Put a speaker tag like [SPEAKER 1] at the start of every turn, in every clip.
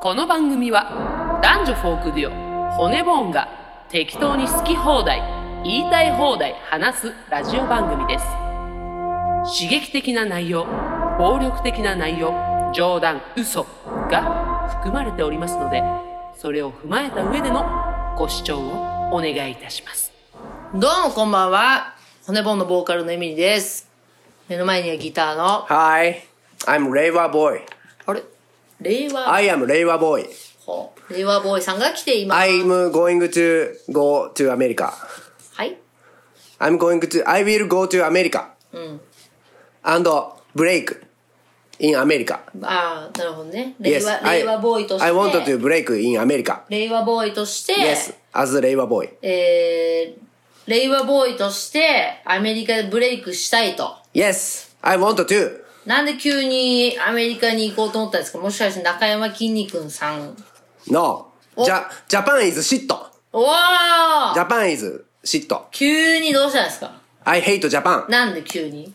[SPEAKER 1] この番組は男女フォークデュオ骨ボーンが適当に好き放題言いたい放題話すラジオ番組です刺激的な内容暴力的な内容冗談嘘が含まれておりますのでそれを踏まえた上でのご視聴をお願いいたします
[SPEAKER 2] どうもこんばんは。骨ボンのボーカルのエミリです。目の前にはギターの、
[SPEAKER 3] Hi, I'm Reiwa Boy.
[SPEAKER 2] あれ令和、
[SPEAKER 3] I am Reiwa Boy.
[SPEAKER 2] ほう令和ボーイさんが来ています。
[SPEAKER 3] I'm going to go to America.
[SPEAKER 2] はい。
[SPEAKER 3] I'm going to, I will go to America. And break in America.
[SPEAKER 2] ああ、なるほどね。令
[SPEAKER 3] Yes,
[SPEAKER 2] 和、
[SPEAKER 3] I,
[SPEAKER 2] 令和ボーイとして。
[SPEAKER 3] I want to break in America.
[SPEAKER 2] 令和ボーイとして、
[SPEAKER 3] Yes, as Reiwa Boy.
[SPEAKER 2] えー、令和ボーイとして、アメリカでブレイクしたいと。
[SPEAKER 3] Yes, I want to.
[SPEAKER 2] なんで急にアメリカに行こうと思ったんですかもしかして中山きんに君さん。
[SPEAKER 3] No.
[SPEAKER 2] お
[SPEAKER 3] Ja, Japan is shit.
[SPEAKER 2] おー
[SPEAKER 3] Japan is shit.
[SPEAKER 2] 急にどうしたんですか
[SPEAKER 3] I hate Japan.
[SPEAKER 2] なんで急に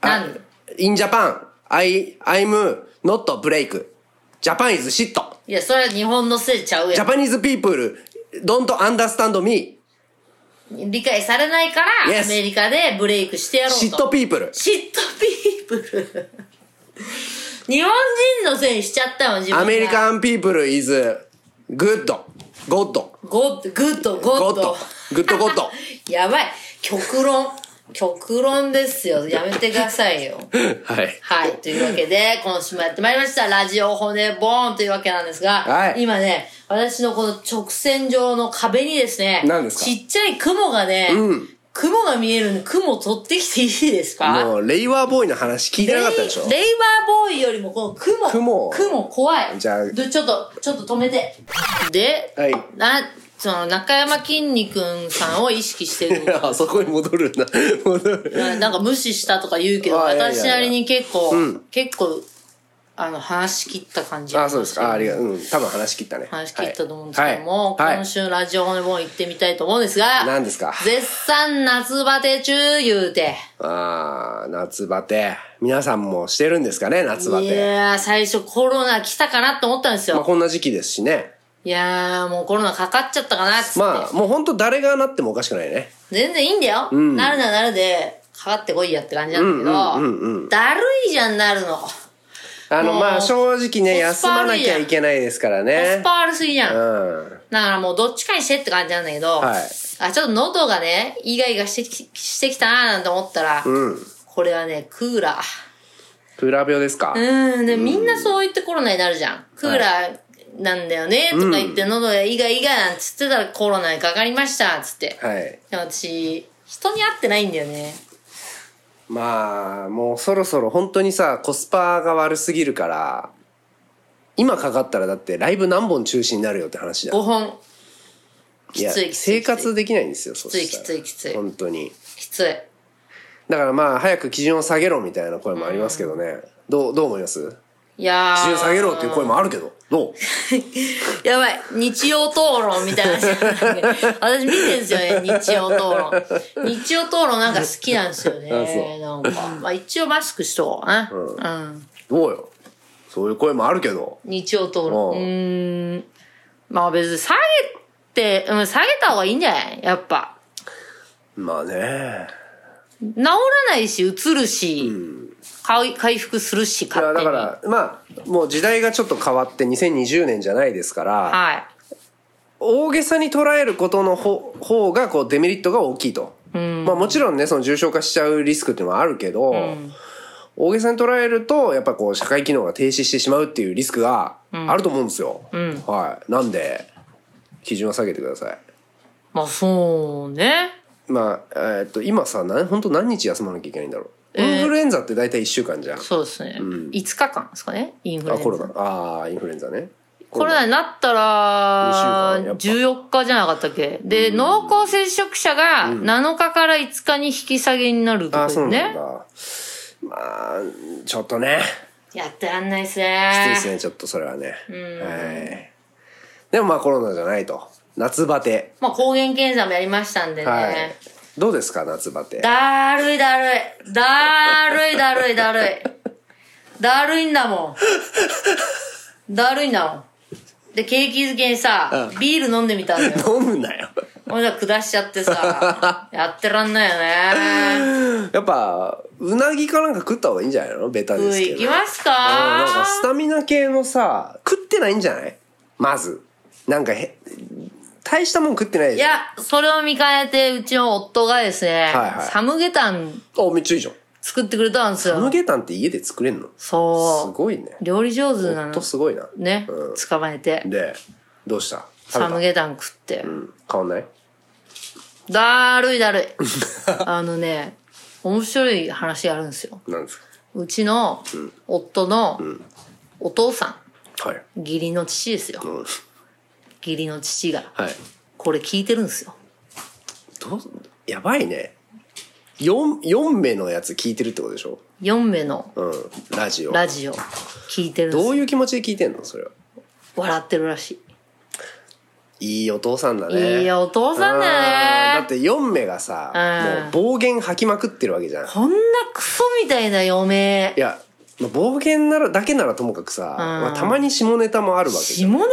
[SPEAKER 3] あ
[SPEAKER 2] なんで
[SPEAKER 3] In Japan, I, I'm not break. Japan is shit.
[SPEAKER 2] いや、それは日本のせいちゃうやん。
[SPEAKER 3] Japanese people don't understand me.
[SPEAKER 2] 理解されないから、
[SPEAKER 3] Yes.
[SPEAKER 2] アメリカでブレイクしてやろうと。
[SPEAKER 3] シットピープル。
[SPEAKER 2] シットピープル。 日本人のせいにしちゃったの、自分が
[SPEAKER 3] アメリ。カンピープル is good. God.
[SPEAKER 2] ゴッド、グッド、ゴッ
[SPEAKER 3] God.
[SPEAKER 2] ド。
[SPEAKER 3] Good God.
[SPEAKER 2] やばい。極論。極論ですよ。やめてください よ。
[SPEAKER 3] はい。
[SPEAKER 2] はい。というわけで、今週もやってまいりました。ラジオ骨ボーンというわけなんですが、
[SPEAKER 3] はい
[SPEAKER 2] 今ね、私のこの直線上の壁にですね、
[SPEAKER 3] 何ですか
[SPEAKER 2] ちっちゃい雲がね、雲が見えるんで雲取ってきていいですか
[SPEAKER 3] もう、レイワーボーイの話聞いてなかったでしょ
[SPEAKER 2] レイレイバーボーイよりもこの雲。
[SPEAKER 3] 雲
[SPEAKER 2] 怖い。
[SPEAKER 3] じゃあ
[SPEAKER 2] でちょっと、ちょっと止めて。で、
[SPEAKER 3] はい
[SPEAKER 2] な、その中山きんに君さんを意識してる
[SPEAKER 3] あそこに戻るんだ。 戻る。
[SPEAKER 2] ななんか無視したとか言うけど、
[SPEAKER 3] あいやいやいや
[SPEAKER 2] 私なりに結構、結構、あの、話し切った感じ
[SPEAKER 3] あ、そうですか。あありが
[SPEAKER 2] う。
[SPEAKER 3] とう。うん。多分話切ったね。
[SPEAKER 2] 話し切ったと思うんですけども、
[SPEAKER 3] はい。はい
[SPEAKER 2] 今週のラジオ骨も行ってみたいと思うんですが、
[SPEAKER 3] 何ですか
[SPEAKER 2] 絶賛夏バテ中言うて。
[SPEAKER 3] あー夏バテ。皆さんもしてるんですかね、夏バ
[SPEAKER 2] い
[SPEAKER 3] テ。
[SPEAKER 2] やー、最初コロナ来たかなと思ったんですよ。
[SPEAKER 3] まあ、こんな時期ですしね。
[SPEAKER 2] いやー、もうコロナかかっちゃったかなっつって。
[SPEAKER 3] まあ、もう本当誰がなってもおかしくないね。
[SPEAKER 2] 全然いいんだよ。なるならなるで、かかってこいやって感じなんだ
[SPEAKER 3] うんうんう
[SPEAKER 2] けど、だるいじゃんなるの。コ
[SPEAKER 3] あの、
[SPEAKER 2] もう
[SPEAKER 3] まあ、正直ね、
[SPEAKER 2] コスパ
[SPEAKER 3] 休まなきゃいけないですから
[SPEAKER 2] ス
[SPEAKER 3] ね。
[SPEAKER 2] パ悪すぎじゃん。だ
[SPEAKER 3] うん。
[SPEAKER 2] からもうどっちかにしてって感じなんだけど、
[SPEAKER 3] はい
[SPEAKER 2] あ、ちょっと喉がね、イガイガしてきしてきたなーなんて思ったら、
[SPEAKER 3] うん。
[SPEAKER 2] これはね、クーラー。
[SPEAKER 3] プラ病ですか、
[SPEAKER 2] うん、で、みんなそう言ってコロナになるじゃん。クーラーなんだよね、とか言って、喉がイガイガなんつってたらコロナにかかりました、つって。
[SPEAKER 3] はい。
[SPEAKER 2] でも私、人に会ってないんだよね。
[SPEAKER 3] まあ、もうそろそろ本当にさ、コスパが悪すぎるから、今かかったらだってライブ何本中止になるよって話だ。
[SPEAKER 2] 5本。
[SPEAKER 3] いや
[SPEAKER 2] きついきつい
[SPEAKER 3] 生活できないんですよ、そ
[SPEAKER 2] つい
[SPEAKER 3] した
[SPEAKER 2] きつ
[SPEAKER 3] ら
[SPEAKER 2] いきつい
[SPEAKER 3] 本当に。
[SPEAKER 2] きつい。
[SPEAKER 3] だからまあ、早く基準を下げろみたいな声もありますけどね。どう、どう思います
[SPEAKER 2] いやー。
[SPEAKER 3] 基準下げろっていう声もあるけど、どう
[SPEAKER 2] やばい。日曜討論みたいな。 私見てんですよね、日曜討論。日曜討論なんか好きなんですよ
[SPEAKER 3] あそ
[SPEAKER 2] ね。なんか。まあ一応マスクしとこうかな。うん。
[SPEAKER 3] どうよ。そういう声もあるけど。
[SPEAKER 2] 日曜討論。う
[SPEAKER 3] うん
[SPEAKER 2] ーん。まあ別に下げて、うん、下げた方がいいんじゃないやっぱ。
[SPEAKER 3] まあね。
[SPEAKER 2] 治らないし、うつるし、回回復するし、
[SPEAKER 3] いや
[SPEAKER 2] 勝手
[SPEAKER 3] だ
[SPEAKER 2] に。
[SPEAKER 3] からまあもう時代がちょっと変わって2020年じゃないですから、
[SPEAKER 2] はい。
[SPEAKER 3] 大げさに捉えることのほ方がこうデメリットが大きいと、まあ、もちろんねその重症化しちゃうリスクっていうのはあるけど、大げさに捉えるとやっぱこう社会機能が停止してしまうっていうリスクがあると思うんですよ、はい、なんで基準は下げてください
[SPEAKER 2] まあそうね。
[SPEAKER 3] まあ、えーっと今さな本当何日休まなきゃいけないんだろう、インフルエンザって大体1週間じゃん
[SPEAKER 2] そうですね。5日間ですかね、インフルエ
[SPEAKER 3] あ
[SPEAKER 2] ンザ。
[SPEAKER 3] コロナああインフルエンザね
[SPEAKER 2] コロナになったら
[SPEAKER 3] 二週間やっ、ぱ
[SPEAKER 2] 14日じゃなかったっけで、濃厚接触者が7日から5日に引き下げになるとか
[SPEAKER 3] ああ、そうなん
[SPEAKER 2] ね
[SPEAKER 3] だ。。まあ、ちょっとね、
[SPEAKER 2] やってらんないっす
[SPEAKER 3] きつい
[SPEAKER 2] ね
[SPEAKER 3] で。すね、ちょっとそれはね。はい。でもまあコロナじゃないと。夏バテ。
[SPEAKER 2] まあ、抗原検査もやりましたんでね。
[SPEAKER 3] はい。どうですか、夏バテ。
[SPEAKER 2] だるいだるい。だるいだるいだるい。だるいんだもん。だるいんだもん。で、景気づけにさ、
[SPEAKER 3] う
[SPEAKER 2] ビール飲んでみたんだ よ。
[SPEAKER 3] 飲むなよ。
[SPEAKER 2] ほんじゃ下しちゃってさ、やってらんない よね。
[SPEAKER 3] やっぱ、うなぎかなんか食った方がいいんじゃないのベタで
[SPEAKER 2] う
[SPEAKER 3] す
[SPEAKER 2] い、
[SPEAKER 3] け
[SPEAKER 2] 行き
[SPEAKER 3] ど。
[SPEAKER 2] ます
[SPEAKER 3] うんなんか
[SPEAKER 2] か
[SPEAKER 3] スタミナ系のさ、食ってないんじゃないまず。なんかへ、大したもん食ってないで
[SPEAKER 2] い
[SPEAKER 3] しょ。
[SPEAKER 2] や、それを見かねて、うちの夫がですね、
[SPEAKER 3] はいはい
[SPEAKER 2] サムゲタン
[SPEAKER 3] あ、めっちゃいいじゃん。
[SPEAKER 2] 作ってくれたんです
[SPEAKER 3] サム
[SPEAKER 2] よ。
[SPEAKER 3] ゲタンって家で作れんのす
[SPEAKER 2] そ
[SPEAKER 3] ごいね
[SPEAKER 2] う。。料理上手な
[SPEAKER 3] ほん
[SPEAKER 2] の
[SPEAKER 3] と。すごいな。
[SPEAKER 2] ね、
[SPEAKER 3] うん
[SPEAKER 2] 捕まえて。
[SPEAKER 3] で、どうした食べ
[SPEAKER 2] サ
[SPEAKER 3] た
[SPEAKER 2] ムゲタン食って。
[SPEAKER 3] うん変わんない
[SPEAKER 2] だるいだる い。あのね、面白い話があるんですよ。
[SPEAKER 3] なんです
[SPEAKER 2] うちの夫のお父さ
[SPEAKER 3] かはい。
[SPEAKER 2] ん、義理の父ですよ。
[SPEAKER 3] うん。
[SPEAKER 2] 義理の父が。
[SPEAKER 3] はい。
[SPEAKER 2] これ聞いてるんですよ。
[SPEAKER 3] どうやばいね。4、四名のやつ聞いてるってことでしょ
[SPEAKER 2] 4名の
[SPEAKER 3] うん。ラジオ。
[SPEAKER 2] ラジオ聞いてるんです
[SPEAKER 3] どう
[SPEAKER 2] よ。
[SPEAKER 3] いう気持ちで聞いてんのそれは。
[SPEAKER 2] 笑ってるらし
[SPEAKER 3] いいお父さんだ
[SPEAKER 2] い。
[SPEAKER 3] ね。
[SPEAKER 2] いいお父さんだ
[SPEAKER 3] うんだ
[SPEAKER 2] ね
[SPEAKER 3] っ。て4名がさ、
[SPEAKER 2] うん
[SPEAKER 3] もう暴言吐きまくってるわけじゃん。い
[SPEAKER 2] こんなクソみたいな嫁。
[SPEAKER 3] や、まあ暴言ならだけならともかくさ、まあ、たまに下ネタもあるわけじ
[SPEAKER 2] 下ネタも言っ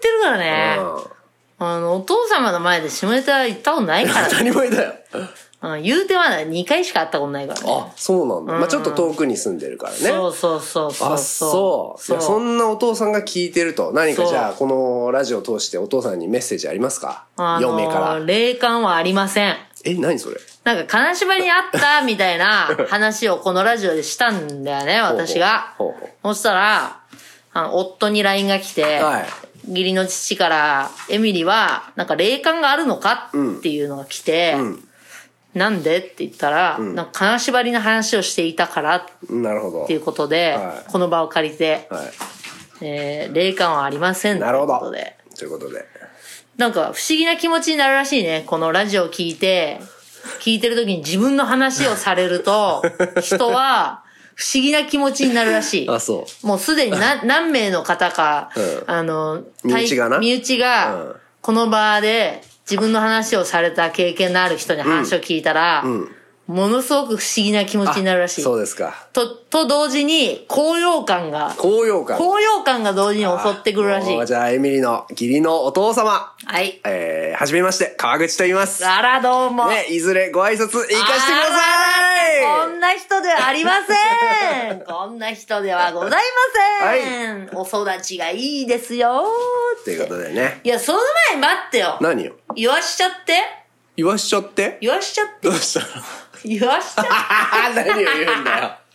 [SPEAKER 2] てるから
[SPEAKER 3] ゃ
[SPEAKER 2] ね
[SPEAKER 3] ん。。うん
[SPEAKER 2] あの、お父様の前で下ネタ言ったことない から
[SPEAKER 3] 当たり前だよ。
[SPEAKER 2] うん、言うてはない。2回しか会ったことないからね。
[SPEAKER 3] あ、そうなんだ。まあちょっと遠くに住んでるからね。
[SPEAKER 2] そうそうそうそう。
[SPEAKER 3] あ、そう。いやそ
[SPEAKER 2] そうん
[SPEAKER 3] なお父さんが聞いてると、何か
[SPEAKER 2] そう
[SPEAKER 3] じゃあ、このラジオを通してお父さんにメッセージありますか
[SPEAKER 2] あの
[SPEAKER 3] ?4 名から。
[SPEAKER 2] 霊感はありません。
[SPEAKER 3] え、何それ
[SPEAKER 2] なんか、金縛りにあったみたい な話をこのラジオでしたんだよね、私が。
[SPEAKER 3] ほうほうほう
[SPEAKER 2] そしたら、あの、夫に LINE が来て、
[SPEAKER 3] はい
[SPEAKER 2] 義理の父から、エミリは、なんか霊感があるのかっていうのが来て、
[SPEAKER 3] ん
[SPEAKER 2] なんでって言ったら、なんか金縛りの話をしていたからっ
[SPEAKER 3] うんなるほど。
[SPEAKER 2] ていうことで、
[SPEAKER 3] はい
[SPEAKER 2] この場を借りて、
[SPEAKER 3] はい。
[SPEAKER 2] えー霊感はありませんとい
[SPEAKER 3] なる
[SPEAKER 2] う
[SPEAKER 3] ほ
[SPEAKER 2] こと
[SPEAKER 3] ど
[SPEAKER 2] で。。
[SPEAKER 3] ということで。
[SPEAKER 2] なんか不思議な気持ちになるらしいね。このラジオを聞いて、聞いてる時に自分の話をされる と、人は不思議な気持ちになるらしい。
[SPEAKER 3] あ、そう。
[SPEAKER 2] もうすでに何何名の方か、
[SPEAKER 3] うん
[SPEAKER 2] あの、
[SPEAKER 3] 身内がな
[SPEAKER 2] 身内が
[SPEAKER 3] うん
[SPEAKER 2] この場で自分の話をされた経験のある人に話を聞いたら、ものすごく不思議な気持ちになるらしい。
[SPEAKER 3] そうですか。
[SPEAKER 2] と、と同時に、高揚感が、
[SPEAKER 3] 高揚感。
[SPEAKER 2] 高揚感が同時に襲ってくるらしい
[SPEAKER 3] もう。じゃあ、エミリの義理のお父様。
[SPEAKER 2] はい。
[SPEAKER 3] えー、はじめまして、川口と言います。
[SPEAKER 2] あら、どうも。
[SPEAKER 3] ね、いずれご挨拶行かしてくだ
[SPEAKER 2] こ
[SPEAKER 3] さい
[SPEAKER 2] んな人ではありま せん。こんな人ではございません。お育ちがいいですよっ
[SPEAKER 3] と
[SPEAKER 2] て
[SPEAKER 3] いうことでね。
[SPEAKER 2] いや、その前に待ってよ。
[SPEAKER 3] 何よ
[SPEAKER 2] 言わしちゃって。
[SPEAKER 3] 言わしちゃって
[SPEAKER 2] 言わしちゃっ
[SPEAKER 3] どうしたの
[SPEAKER 2] て。言わしちゃっ
[SPEAKER 3] 何を言うんだよ。なんだよ。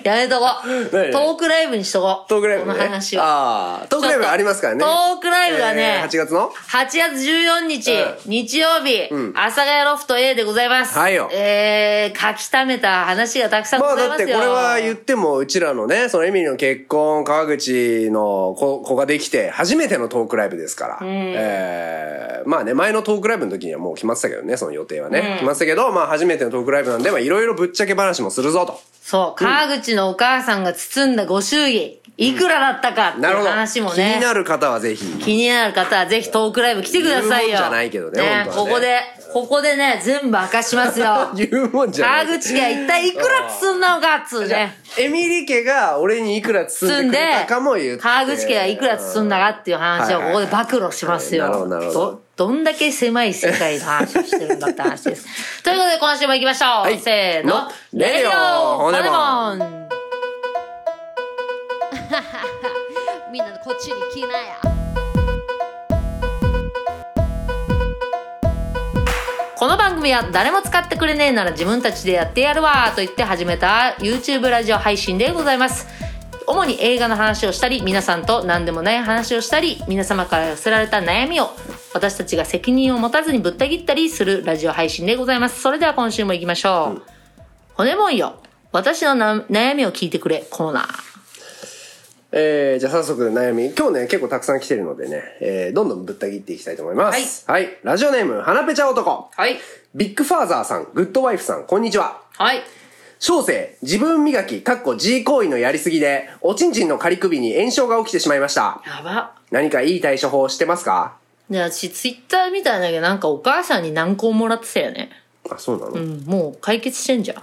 [SPEAKER 2] て。やめとこ。ト
[SPEAKER 3] 何
[SPEAKER 2] ークライブにしとこ。
[SPEAKER 3] トークライブね。
[SPEAKER 2] この話を。
[SPEAKER 3] ああ、トークライブありますからね。
[SPEAKER 2] トークライブがね、
[SPEAKER 3] えー8月の
[SPEAKER 2] 8月14日、
[SPEAKER 3] う
[SPEAKER 2] 日曜日、
[SPEAKER 3] ん
[SPEAKER 2] 阿佐ヶ谷ロフト A でございます。
[SPEAKER 3] はいよ
[SPEAKER 2] えー、書き溜めた話がたくさんご
[SPEAKER 3] まあ
[SPEAKER 2] ざい
[SPEAKER 3] だっ
[SPEAKER 2] ます
[SPEAKER 3] て
[SPEAKER 2] よ。
[SPEAKER 3] これは言ってもうちらのね、そのエミリの結婚、川口の子子ができて初めてのトークライブですから。えーまあね、前のトークライブの時にはもう決まってたけどね、その予定はね。決まってたけど、まあ初めてのトークライブなんで、まあいろいろぶっちゃけ話もするぞと。
[SPEAKER 2] そう、川口のお母さんが包んだご祝儀、いくらだったかってい
[SPEAKER 3] なる
[SPEAKER 2] う
[SPEAKER 3] ほど。
[SPEAKER 2] 話も
[SPEAKER 3] 気
[SPEAKER 2] ね。
[SPEAKER 3] になる方はぜひ。
[SPEAKER 2] 気になる方はぜひトークライブ来てくださいよ。
[SPEAKER 3] 言うもんじゃないけどね本当は
[SPEAKER 2] こ
[SPEAKER 3] ね
[SPEAKER 2] こで、ここでね、全部明かします
[SPEAKER 3] 。
[SPEAKER 2] よ
[SPEAKER 3] 言うもんじゃな
[SPEAKER 2] 川
[SPEAKER 3] い。
[SPEAKER 2] 口が一体いくら包んだのかっつう
[SPEAKER 3] じゃ
[SPEAKER 2] ね。
[SPEAKER 3] あエミリ家が俺にいくら包
[SPEAKER 2] 包
[SPEAKER 3] ん
[SPEAKER 2] ん
[SPEAKER 3] で
[SPEAKER 2] で
[SPEAKER 3] くれたかも言っ、て。
[SPEAKER 2] 川口家がいくら包んだかっていう話を
[SPEAKER 3] うん
[SPEAKER 2] ここで暴露しますよ。
[SPEAKER 3] はいはいはいなるほどなるほ
[SPEAKER 2] ど。どんだけ狭い世界の話をしてるんだって話です。ということで今週も行きましょう。
[SPEAKER 3] はい
[SPEAKER 2] せーの
[SPEAKER 3] の。レディオ
[SPEAKER 2] レディ
[SPEAKER 3] ホ
[SPEAKER 2] オホネボン
[SPEAKER 4] みんなこっちに来なや。
[SPEAKER 2] この番組は誰も使ってくれねえなら自分たちでやってやるわと言って始めた YouTube ラジオ配信でございます主に映画の話をしたり皆さんと何でもない話をしたり皆様から寄せられた悩みを私たちが責任を持たずにぶった切ったりするラジオ配信でございますそれでは今週も行きましょう、骨もんよ私のな悩みを聞いてくれコーナー
[SPEAKER 3] えー、じゃあ早速悩み。今日ね、結構たくさん来てるのでね、えー、どんどんぶった切っていきたいと思います。はい。ラジオネーム、はなぺちゃ男。
[SPEAKER 2] はい
[SPEAKER 3] ビッグファーザーさん、グッドワイフさん、こんにちは。
[SPEAKER 2] はい
[SPEAKER 3] 小生、自分磨き、かっこ G 行為のやりすぎで、おちんちんの仮首に炎症が起きてしまいました。
[SPEAKER 2] やば
[SPEAKER 3] 何かいい対処法してますか
[SPEAKER 2] で私ツイッターみたいなけどなんかお母さんに難航もらってたよね
[SPEAKER 3] あ、そうなの、
[SPEAKER 2] うんもう解決してんじゃん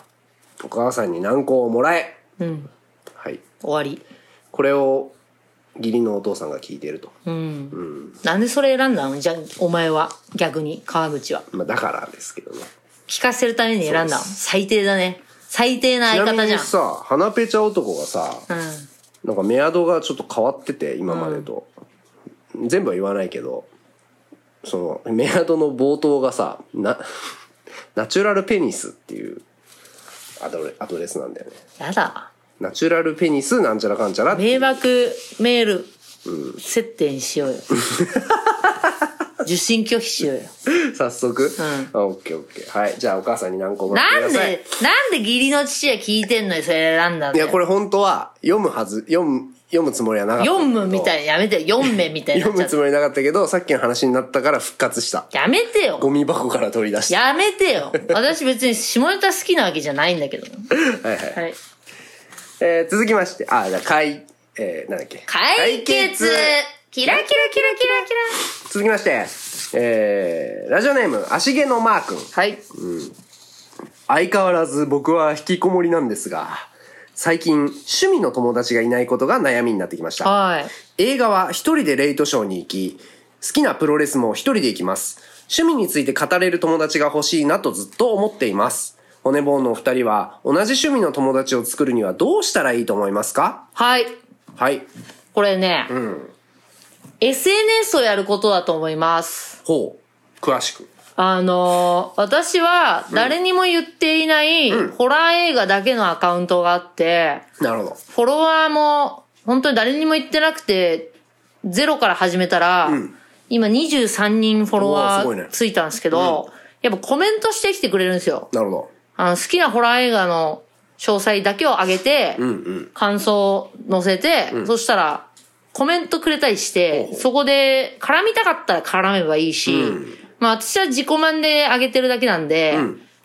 [SPEAKER 3] お母さんに難航をもらえ。
[SPEAKER 2] うん
[SPEAKER 3] はい。
[SPEAKER 2] 終わり
[SPEAKER 3] これを、義理のお父さんが聞いてると、
[SPEAKER 2] なんでそれ選んだのじゃあお前は逆に川口は
[SPEAKER 3] まあ、だからですけどね
[SPEAKER 2] 聞かせるために選んだの最低だね最低な
[SPEAKER 3] ち
[SPEAKER 2] 相
[SPEAKER 3] なみ
[SPEAKER 2] 方じゃ
[SPEAKER 3] に
[SPEAKER 2] ん
[SPEAKER 3] さ花ペチャ男がさ、なんかメアドがちょっと変わってて今までと、全部は言わないけどそのメアドの冒頭がさなナチュラルペニスっていうアドレアドレスなんだよね
[SPEAKER 2] やだ
[SPEAKER 3] ナチュラルペニスなんちゃらかんちゃらって
[SPEAKER 2] 迷惑メール接点し ようよ受信拒否しようよ
[SPEAKER 3] 早速、あオッケーオッケーはいじゃあお母さんに何個もらっ
[SPEAKER 2] な
[SPEAKER 3] てくだ
[SPEAKER 2] ん
[SPEAKER 3] さい
[SPEAKER 2] でなんで義理の父は聞いてんのにそれ選んだん
[SPEAKER 3] い
[SPEAKER 2] だ
[SPEAKER 3] やこ
[SPEAKER 2] よ
[SPEAKER 3] れ本当は読むはず読む読むつもりはなかった
[SPEAKER 2] 読むみたい
[SPEAKER 3] い
[SPEAKER 2] にやめて よ4名みたいにな
[SPEAKER 3] 読
[SPEAKER 2] っちゃ
[SPEAKER 3] む
[SPEAKER 2] っ
[SPEAKER 3] つもりなかったけどさっきの話になったから復活した
[SPEAKER 2] たやめてよ
[SPEAKER 3] ゴミ箱から取り出した
[SPEAKER 2] やめてよ私別に下ネタ好きなわけじゃないんだけど
[SPEAKER 3] はいはい
[SPEAKER 2] はい
[SPEAKER 3] えー続きまして、あ、じゃあ、解、えー、なんだっけ。
[SPEAKER 2] 解決キラキラキラキラキラ
[SPEAKER 3] 続きまして、えー、ラジオネーム、足毛のマー君。
[SPEAKER 2] はい
[SPEAKER 3] 相変わらず僕は引きこもりなんですが、最近、趣味の友達がいないことが悩みになってきました。
[SPEAKER 2] はい
[SPEAKER 3] 映画は一人でレイトショーに行き、好きなプロレスも一人で行きます。趣味について語れる友達が欲しいなとずっと思っています。骨ボーンのお二人は、同じ趣味の友達を作るにはどうしたらいいと思いますか
[SPEAKER 2] はい
[SPEAKER 3] はい。
[SPEAKER 2] これね、SNS をやることだと思います
[SPEAKER 3] ほう。詳しく。
[SPEAKER 2] あのー私は誰にも言っていない、ホラー映画だけのアカウントがあって
[SPEAKER 3] なるほど。
[SPEAKER 2] フォロワーも本当に誰にも言ってなくてゼロから始めたら、今23人フォロ
[SPEAKER 3] うわ
[SPEAKER 2] ワ
[SPEAKER 3] すごいね
[SPEAKER 2] ーついたんですけど、やっぱコメントしてきてくれるんですよ
[SPEAKER 3] なるほど。
[SPEAKER 2] あの好きなホラー映画の詳細だけを上げて、感想を載せて、そしたらコメントくれたりして、そこで絡みたかったら絡めばいいし、まあ私は自己満で上げてるだけなんで、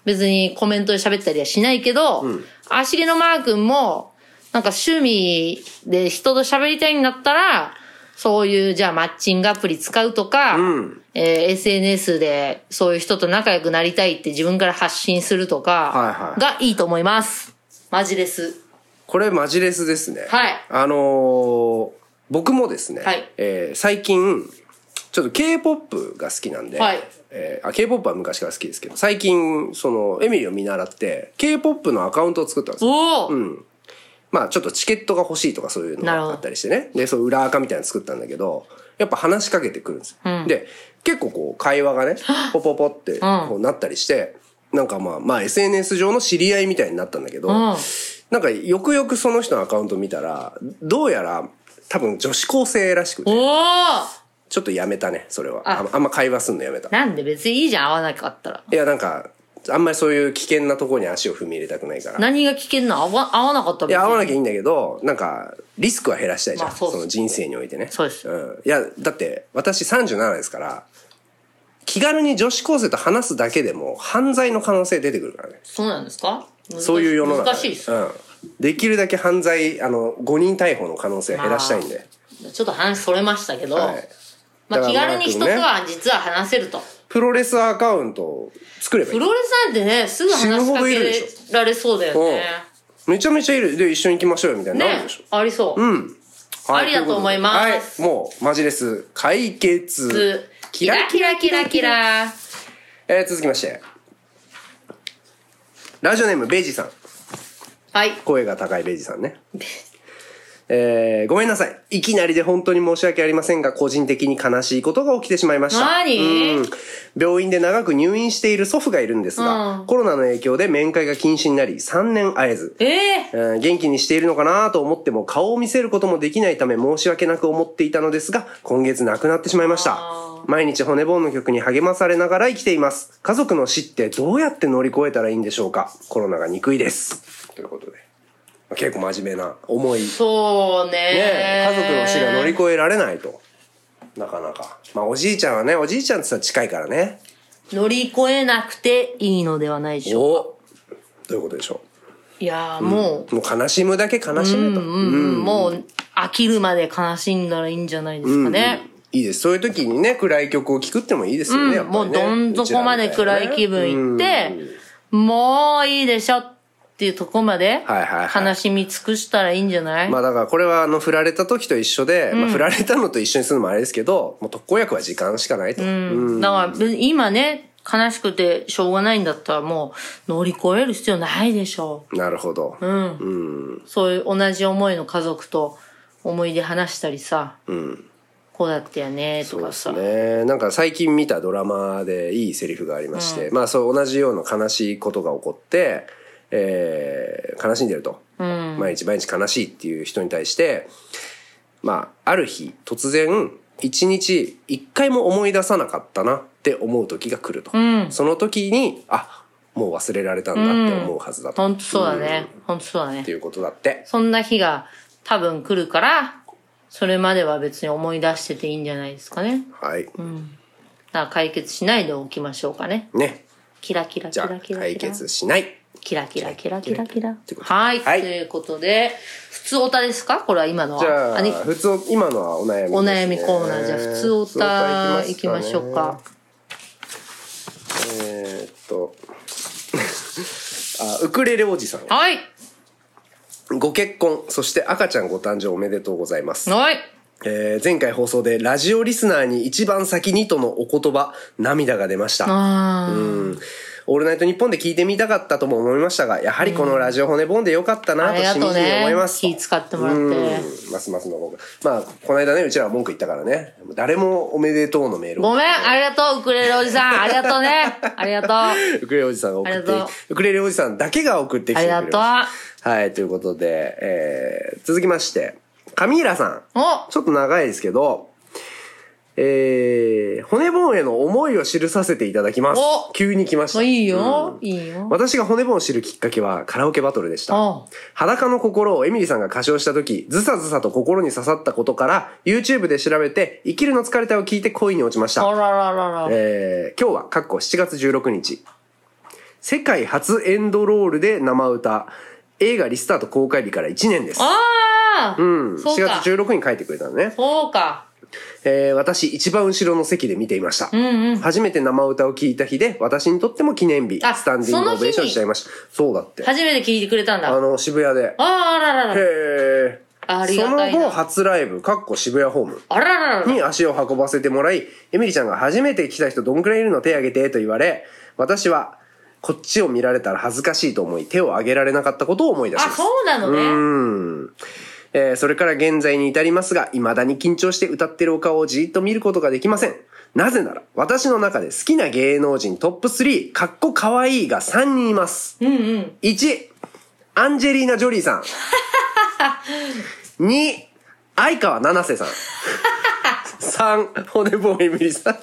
[SPEAKER 2] 別にコメントで喋ったりはしないけど、足毛のマー君も、なんか趣味で人と喋りたいんだったら、そういう、じゃあマッチングアプリ使うとか、えー SNS でそういう人と仲良くなりたいって自分から発信すると
[SPEAKER 3] はい
[SPEAKER 2] か
[SPEAKER 3] はい、
[SPEAKER 2] がいいと思います。マジです。
[SPEAKER 3] これマジレスですね。
[SPEAKER 2] はい
[SPEAKER 3] あのー僕もですね、
[SPEAKER 2] はい
[SPEAKER 3] えー最近、ちょっと K-POP が好きなんで、
[SPEAKER 2] はい
[SPEAKER 3] えーあ K-POP は昔から好きですけど、最近、その、エミリーを見習って、K-POP のアカウントを作ったんですよ。
[SPEAKER 2] おお、
[SPEAKER 3] まあ、ちょっとチケットが欲しいとかそういうのが
[SPEAKER 2] なるほど
[SPEAKER 3] あったりしてね。で、そう、裏垢みたいなの作ったんだけど、やっぱ話しかけてくるんですよ。で、結構こう、会話がね、ポポポって、こうなったりして、なんかまあ、まあ SNS 上の知り合いみたいになったんだけど、
[SPEAKER 2] ん
[SPEAKER 3] なんかよくよくその人のアカウント見たら、どうやら多分女子高生らしく
[SPEAKER 2] お
[SPEAKER 3] て、
[SPEAKER 2] お
[SPEAKER 3] ちょっとやめたね、それは。
[SPEAKER 2] あ
[SPEAKER 3] あんあんま会話すんのやめた。
[SPEAKER 2] なんで別にいいじゃん、会わなかったら。
[SPEAKER 3] いや、なんか、あんまりそういう危険なところに足を踏み入れたくないから。
[SPEAKER 2] 何が危険なの会わ会わなかったら
[SPEAKER 3] いや、合わな
[SPEAKER 2] き
[SPEAKER 3] きゃいいんだけど、なんか、リスクは減らしたいじゃん。
[SPEAKER 2] まあそう
[SPEAKER 3] そ
[SPEAKER 2] っす
[SPEAKER 3] の人生においてね。
[SPEAKER 2] そうです
[SPEAKER 3] ん。いや、だって、私37ですから、気軽に女子高生と話すだけでも犯罪の可能性出てくるからね。
[SPEAKER 2] そうなんですか難し
[SPEAKER 3] そういう世の中で。
[SPEAKER 2] 難しいです。
[SPEAKER 3] うん。できるだけ犯罪、あの、誤認逮捕の可能性を減らしたいんで。
[SPEAKER 2] ちょっと話それましたけど、
[SPEAKER 3] はい。
[SPEAKER 2] まあ
[SPEAKER 3] だか
[SPEAKER 2] 気
[SPEAKER 3] ら
[SPEAKER 2] 軽に人とは実は話せると。
[SPEAKER 3] プロレスアカウントを作ればい
[SPEAKER 2] プ
[SPEAKER 3] い。
[SPEAKER 2] ロレスなんてね、すぐ話し
[SPEAKER 3] 死ぬほ
[SPEAKER 2] か
[SPEAKER 3] どいる
[SPEAKER 2] け
[SPEAKER 3] でしょ
[SPEAKER 2] られそうだよね。
[SPEAKER 3] めちゃめちゃいる。で、一緒に行きましょうよ、みたいになる
[SPEAKER 2] ね
[SPEAKER 3] でしょ。
[SPEAKER 2] ありそう。うん。
[SPEAKER 3] は
[SPEAKER 2] ありだと思います
[SPEAKER 3] ということではい。もう、マジレス、解決。
[SPEAKER 2] キラキラキラキラ。
[SPEAKER 3] えー続きまして。ラジオネーム、ベイジーさん。
[SPEAKER 2] はい。
[SPEAKER 3] 声が高いベイジーさんね。えーごめんなさい。いきなりで本当に申し訳ありませんが、個人的に悲しいことが起きてしまいました。
[SPEAKER 2] 何
[SPEAKER 3] うん病院で長く入院している祖父がいるんですが、
[SPEAKER 2] うん
[SPEAKER 3] コロナの影響で面会が禁止になり、3年会えず、
[SPEAKER 2] え え
[SPEAKER 3] うん元気にしているのかなと思っても顔を見せることもできないため申し訳なく思っていたのですが、今月亡くなってしまいました
[SPEAKER 2] あ。
[SPEAKER 3] 毎日骨ボーンの曲に励まされながら生きています。家族の死ってどうやって乗り越えたらいいんでしょうかコロナが憎いです。ということで。まあ結構真面目な思い。ね
[SPEAKER 2] そうね
[SPEAKER 3] え家族の死が乗り越えられないと。なかなか。まあおじいちゃんはね、おじいちゃんってさ近いからね。
[SPEAKER 2] 乗り越えなくていいのではないでしょうか。
[SPEAKER 3] おどういうことでしょ
[SPEAKER 2] いやーも
[SPEAKER 3] うもう悲しむだけ悲しめと。
[SPEAKER 2] う、うん、もう飽きるまで悲しんだらいいんじゃないですかね。
[SPEAKER 3] いいです。そういう時にね、暗い曲を聴くってもいいですよね。やっぱ
[SPEAKER 2] も
[SPEAKER 3] り
[SPEAKER 2] う
[SPEAKER 3] ね
[SPEAKER 2] どん底まで暗い気分いって、もういいでしょっっていうとこまで
[SPEAKER 3] はいはいはい
[SPEAKER 2] 悲しみ尽くしたらいいんじゃない、
[SPEAKER 3] まあだからこれはあの振られた時と一緒で、まあ振られたのと一緒にするのもあれですけど、もう特効薬は時間しかないと。うん
[SPEAKER 2] だから別に今ね、悲しくてしょうがないんだったらもう乗り越える必要ないでしょ
[SPEAKER 3] なるほど。
[SPEAKER 2] う。うん。
[SPEAKER 3] うん。
[SPEAKER 2] そういう同じ思いの家族と思い出話したりさ、
[SPEAKER 3] うん。
[SPEAKER 2] こうだったよねと
[SPEAKER 3] そう
[SPEAKER 2] か
[SPEAKER 3] で
[SPEAKER 2] さ。
[SPEAKER 3] すね。なんか最近見たドラマでいいセリフがありまして、まあそう同じような悲しいことが起こって、えー、悲しんでると。
[SPEAKER 2] うん。
[SPEAKER 3] 毎日毎日悲しいっていう人に対して、まあ、ある日突然、一日一回も思い出さなかったなって思う時が来ると。
[SPEAKER 2] ん
[SPEAKER 3] その時に、あ、もう忘れられたんだって思うはずだと。
[SPEAKER 2] ほんとそうだ
[SPEAKER 3] ん。
[SPEAKER 2] ね。ほんとそうだ
[SPEAKER 3] って
[SPEAKER 2] ね。
[SPEAKER 3] いうことだって。
[SPEAKER 2] そんな日が多分来るから、それまでは別に思い出してていいんじゃないですかね。
[SPEAKER 3] はい。
[SPEAKER 2] だから解決しないでおきましょうかね。
[SPEAKER 3] ね。
[SPEAKER 2] キラキラキ
[SPEAKER 3] じゃ
[SPEAKER 2] ラ
[SPEAKER 3] あ
[SPEAKER 2] キ、ラ
[SPEAKER 3] 解
[SPEAKER 2] キラ。
[SPEAKER 3] 決しない。
[SPEAKER 2] キラキラキラキラキラ
[SPEAKER 3] てこ。と
[SPEAKER 2] はい。と
[SPEAKER 3] はい
[SPEAKER 2] いうことで、普通おたですかこれは今のは。
[SPEAKER 3] じゃあ、
[SPEAKER 2] に
[SPEAKER 3] 普通、今のはお悩みです、ね。
[SPEAKER 2] お悩みコーナー。じゃあ、普通おた行きましょうか。。
[SPEAKER 3] えーっと、 あ、ウクレレおじさん。
[SPEAKER 2] はい。
[SPEAKER 3] ご結婚、そして赤ちゃんご誕生おめでとうございます。
[SPEAKER 2] はい。
[SPEAKER 3] えー前回放送でラジオリスナーに一番先にとのお言葉、涙が出ました。
[SPEAKER 2] あー
[SPEAKER 3] うんオールナイトニッポンで聞いてみたかったとも思いましたが、やはりこのラジオ骨ボンでよかったな
[SPEAKER 2] あ
[SPEAKER 3] と
[SPEAKER 2] りが
[SPEAKER 3] しみじ
[SPEAKER 2] とう
[SPEAKER 3] み思い
[SPEAKER 2] ね
[SPEAKER 3] ま。す。
[SPEAKER 2] 気使ってもらって。
[SPEAKER 3] うんますますの僕。まあ、この間ね、うちらは文句言ったからね、誰もおめでとうのメールを
[SPEAKER 2] ごめん、ありがとう、ウクレレおじさん。ありがとう ね。ありがとう。
[SPEAKER 3] ウクレレおじさんが送っ
[SPEAKER 2] あり
[SPEAKER 3] て
[SPEAKER 2] がとう、
[SPEAKER 3] ウクレレおじさんだけが送ってき
[SPEAKER 2] あ
[SPEAKER 3] て
[SPEAKER 2] り
[SPEAKER 3] くれ
[SPEAKER 2] が
[SPEAKER 3] ました。はい、ということで、えー続きまして、上平さん。
[SPEAKER 2] とう。お
[SPEAKER 3] ちょっと長いですけど、えー、骨盆への思いを記させていただきます
[SPEAKER 2] お。
[SPEAKER 3] 急に来ました。
[SPEAKER 2] もういいよ。
[SPEAKER 3] うん
[SPEAKER 2] いいよ。
[SPEAKER 3] 私が骨盆を知るきっかけはカラオケバトルでした。
[SPEAKER 2] お
[SPEAKER 3] 裸の心をエミリさんが歌唱した時、ずさずさと心に刺さったことから、YouTube で調べて、生きるの疲れたを聞いて恋に落ちまし
[SPEAKER 2] あ
[SPEAKER 3] た。
[SPEAKER 2] らららら。
[SPEAKER 3] えー今日は、かっこ7月16日。世界初エンドロールで生歌。映画リスタート公開日から1年です。
[SPEAKER 2] ああ
[SPEAKER 3] うん。4
[SPEAKER 2] そうか
[SPEAKER 3] 月。16日に書いてくれたのね。
[SPEAKER 2] そうか。
[SPEAKER 3] えー私、一番後ろの席で見ていました。
[SPEAKER 2] うんうん。
[SPEAKER 3] 初めて生歌を聴いた日で、私にとっても記念日。
[SPEAKER 2] あ
[SPEAKER 3] スタンディングオベーションしちゃいました。そうだって。
[SPEAKER 2] 初めて聞いてくれたんだ。
[SPEAKER 3] あ
[SPEAKER 2] あ
[SPEAKER 3] の、渋谷で。
[SPEAKER 2] あらららら。
[SPEAKER 3] へえ。
[SPEAKER 2] ありが
[SPEAKER 3] その
[SPEAKER 2] たい
[SPEAKER 3] 後、
[SPEAKER 2] な。
[SPEAKER 3] 初ライブ、かっこ渋谷ホーム。
[SPEAKER 2] あらららら。
[SPEAKER 3] に足を運ばせてもらい、エミリちゃんが初めて来た人どんくらいいるの手挙げてと言われ、私はこっちを見られたら恥ずかしいと思い手を挙げられなかったことを思い出し
[SPEAKER 2] あ、
[SPEAKER 3] ます。
[SPEAKER 2] そうなの
[SPEAKER 3] う
[SPEAKER 2] ね。
[SPEAKER 3] ん。えーそれから現在に至りますが、未だに緊張して歌ってるお顔をじーっと見ることができません。なぜなら、私の中で好きな芸能人トップ3、かっこかわいいが3人います。
[SPEAKER 2] うんうん。
[SPEAKER 3] 1、アンジェリーナ・ジョリーさん。2、相川七瀬さん。3、骨棒エミリさん。ち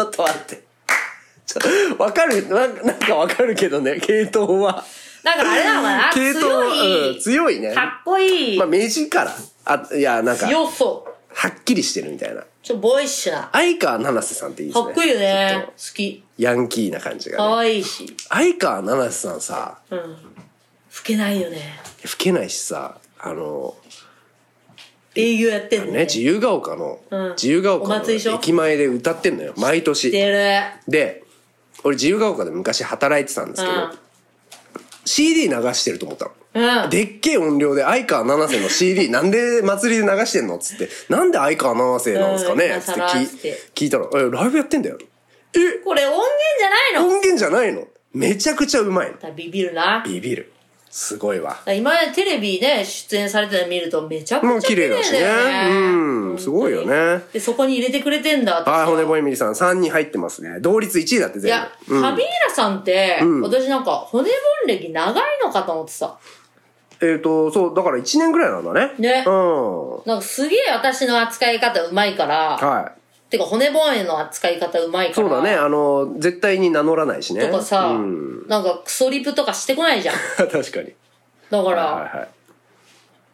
[SPEAKER 3] ょっと待って。ちょわかるななんかわかるけどね、系統は。
[SPEAKER 2] なんかあれなのかな
[SPEAKER 3] 系統は
[SPEAKER 2] 強
[SPEAKER 3] うん、
[SPEAKER 2] い。
[SPEAKER 3] 強いね。
[SPEAKER 2] かっこいい
[SPEAKER 3] まあ、。目力。あ、いや、なんか、
[SPEAKER 2] 強そう。
[SPEAKER 3] はっきりしてるみたいな。
[SPEAKER 2] ちょっとボーイッシュな。
[SPEAKER 3] 相川七瀬さんっていいです
[SPEAKER 2] か
[SPEAKER 3] ね。
[SPEAKER 2] っこいいよね。好き。
[SPEAKER 3] ヤンキーな感じが、
[SPEAKER 2] 可
[SPEAKER 3] ね。
[SPEAKER 2] 愛いし。
[SPEAKER 3] 相川七瀬さんさ、
[SPEAKER 2] うん。老けないよね。
[SPEAKER 3] 吹けないしさ、あの、
[SPEAKER 2] 営業やってんの
[SPEAKER 3] ね、
[SPEAKER 2] ね。
[SPEAKER 3] 自由が丘の、
[SPEAKER 2] うん
[SPEAKER 3] 自由が丘
[SPEAKER 2] お祭りでし
[SPEAKER 3] の
[SPEAKER 2] ょ
[SPEAKER 3] 駅前で歌ってんのよ、毎年。
[SPEAKER 2] てる。
[SPEAKER 3] で、俺自由が丘で昔働いてたんですけど、
[SPEAKER 2] う
[SPEAKER 3] CD 流してると思ったの。
[SPEAKER 2] ん。うん。
[SPEAKER 3] でっけえ音量で相川七瀬の CD なんで祭りで流してんのっつって、なんで相川七瀬なんですかね
[SPEAKER 2] うん
[SPEAKER 3] っつって
[SPEAKER 2] 今更
[SPEAKER 3] 聞い
[SPEAKER 2] っつって
[SPEAKER 3] 聞いたら、え、ライブやってんだよ。え
[SPEAKER 2] これ音源じゃないの
[SPEAKER 3] 音
[SPEAKER 2] だか
[SPEAKER 3] 源じゃないのめちゃくちゃうまいの。
[SPEAKER 2] らビビるな。だか
[SPEAKER 3] ビビる。すごいわ。
[SPEAKER 2] ら今までテレビね、出演されてるの見るとめちゃくち
[SPEAKER 3] もう
[SPEAKER 2] ゃ
[SPEAKER 3] 綺
[SPEAKER 2] 綺
[SPEAKER 3] 麗
[SPEAKER 2] 麗
[SPEAKER 3] だしね
[SPEAKER 2] だよね。
[SPEAKER 3] うんすごいよね。
[SPEAKER 2] で、そこに入れてくれてんだ。私
[SPEAKER 3] はい、骨ボエミリさん3人入ってますね。同率1位だって
[SPEAKER 2] い
[SPEAKER 3] 全
[SPEAKER 2] や、
[SPEAKER 3] 部。うん
[SPEAKER 2] カビーラさんって、
[SPEAKER 3] ん
[SPEAKER 2] 私なんか骨盆歴長いのかと思ってさ。
[SPEAKER 3] えっ、と、そう、だから1年ぐらいなんだね。
[SPEAKER 2] ね
[SPEAKER 3] うん。は
[SPEAKER 2] なんかすげえ私の扱い方うまいから、
[SPEAKER 3] い。
[SPEAKER 2] てか骨盆への扱い方うまいか
[SPEAKER 3] そ
[SPEAKER 2] ら。
[SPEAKER 3] うだね。あの、絶対に名乗らないしね。
[SPEAKER 2] とかさ、
[SPEAKER 3] うん、
[SPEAKER 2] なんかクソリプとかしてこないじゃん。
[SPEAKER 3] 確かに。
[SPEAKER 2] だか
[SPEAKER 3] はい
[SPEAKER 2] ら、
[SPEAKER 3] はいはい。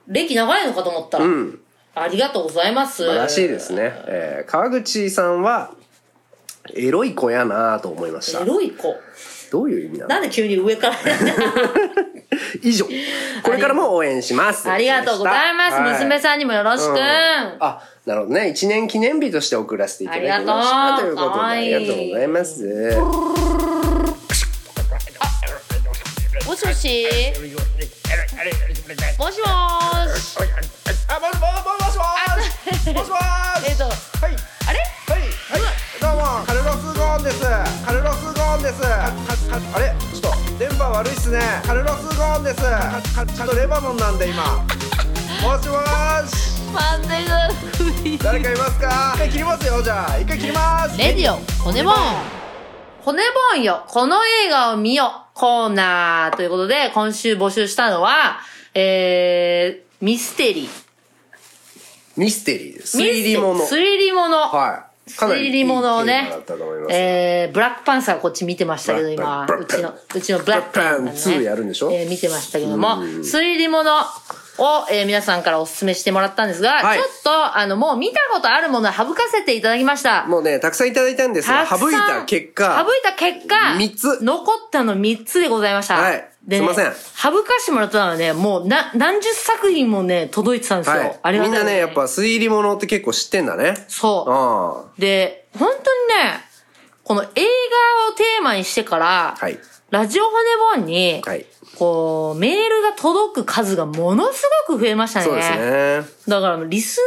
[SPEAKER 2] 歴長いのかと思ったら、
[SPEAKER 3] うん。
[SPEAKER 2] ありがとうございます。
[SPEAKER 3] 素晴らしいですね。えー、川口さんは、エロい子やなぁと思いました
[SPEAKER 2] エ。ロい子。
[SPEAKER 3] どういう意味なの
[SPEAKER 2] なんで急に上から
[SPEAKER 3] 以上。これからも応援します。
[SPEAKER 2] ありがとうございます。
[SPEAKER 3] はい
[SPEAKER 2] 娘さんにもよろしく。
[SPEAKER 3] うんあ、なるほどね。一年記念日として送らせていただきました。
[SPEAKER 2] あ
[SPEAKER 3] とい
[SPEAKER 2] り
[SPEAKER 3] う
[SPEAKER 2] が
[SPEAKER 3] こと
[SPEAKER 2] う
[SPEAKER 3] とで、ありがとうございます。
[SPEAKER 2] おもしもし
[SPEAKER 5] あ、もしもしもしもしもし
[SPEAKER 2] もしもーし
[SPEAKER 5] もし
[SPEAKER 2] えっと
[SPEAKER 5] はい
[SPEAKER 2] あれ
[SPEAKER 5] はいはいどうもカルロス・ゴーンですカルロス・ゴーンですかかかあれちょっと電波悪いっすねカルロス・ゴーンですかかちょっとレバノンなんで今もしもし
[SPEAKER 2] マンデが古い
[SPEAKER 5] 誰かいますか一回切りますよじゃあ一回切ります
[SPEAKER 2] レディオ骨ボン骨ボンよこの映画を見よコーナーということで、今週募集したのは、えー、ミステリー。
[SPEAKER 3] ミステリーです。
[SPEAKER 2] ミステリ
[SPEAKER 3] 3D もの。
[SPEAKER 2] スリリもの。
[SPEAKER 3] はい。かなりいいテ
[SPEAKER 2] 推理ものを
[SPEAKER 3] ー
[SPEAKER 2] ね
[SPEAKER 3] マだったと思います。
[SPEAKER 2] えー、ブラックパンサーこっち見てましたけど、
[SPEAKER 3] ブ
[SPEAKER 2] 今
[SPEAKER 3] ラッ、
[SPEAKER 2] う
[SPEAKER 3] ク
[SPEAKER 2] ち
[SPEAKER 3] パン
[SPEAKER 2] の、うちのブラックパン
[SPEAKER 3] ブラックパン2やるんでしょ
[SPEAKER 2] えー見てましたけども、推理ものを、えー皆さんからお勧めしてもらったんですが、
[SPEAKER 3] はい
[SPEAKER 2] ちょっと、あの、もう見たことあるものは省かせていただきました。
[SPEAKER 3] もうね、たくさんいただいたんです
[SPEAKER 2] た
[SPEAKER 3] が、
[SPEAKER 2] くさん
[SPEAKER 3] 省いた結果、
[SPEAKER 2] 省いた結果、
[SPEAKER 3] 三つ
[SPEAKER 2] 残ったの3つでございました。
[SPEAKER 3] はい
[SPEAKER 2] でね
[SPEAKER 3] すいません
[SPEAKER 2] 省かしてもらったのはね、もうな、何十作品もね、届いてたんですよ。あ
[SPEAKER 3] はい。
[SPEAKER 2] りが
[SPEAKER 3] みん
[SPEAKER 2] たいこと
[SPEAKER 3] なね、
[SPEAKER 2] に
[SPEAKER 3] やっぱ推理ものって結構知ってんだね。
[SPEAKER 2] そう。
[SPEAKER 3] あ
[SPEAKER 2] で、本当にね、この映画をテーマにしてから、
[SPEAKER 3] はい
[SPEAKER 2] ラジオ骨本に、
[SPEAKER 3] はい
[SPEAKER 2] こう、メールが届く数がものすごく増えました
[SPEAKER 3] あ。
[SPEAKER 2] ね。
[SPEAKER 3] そうですね。
[SPEAKER 2] だから、リス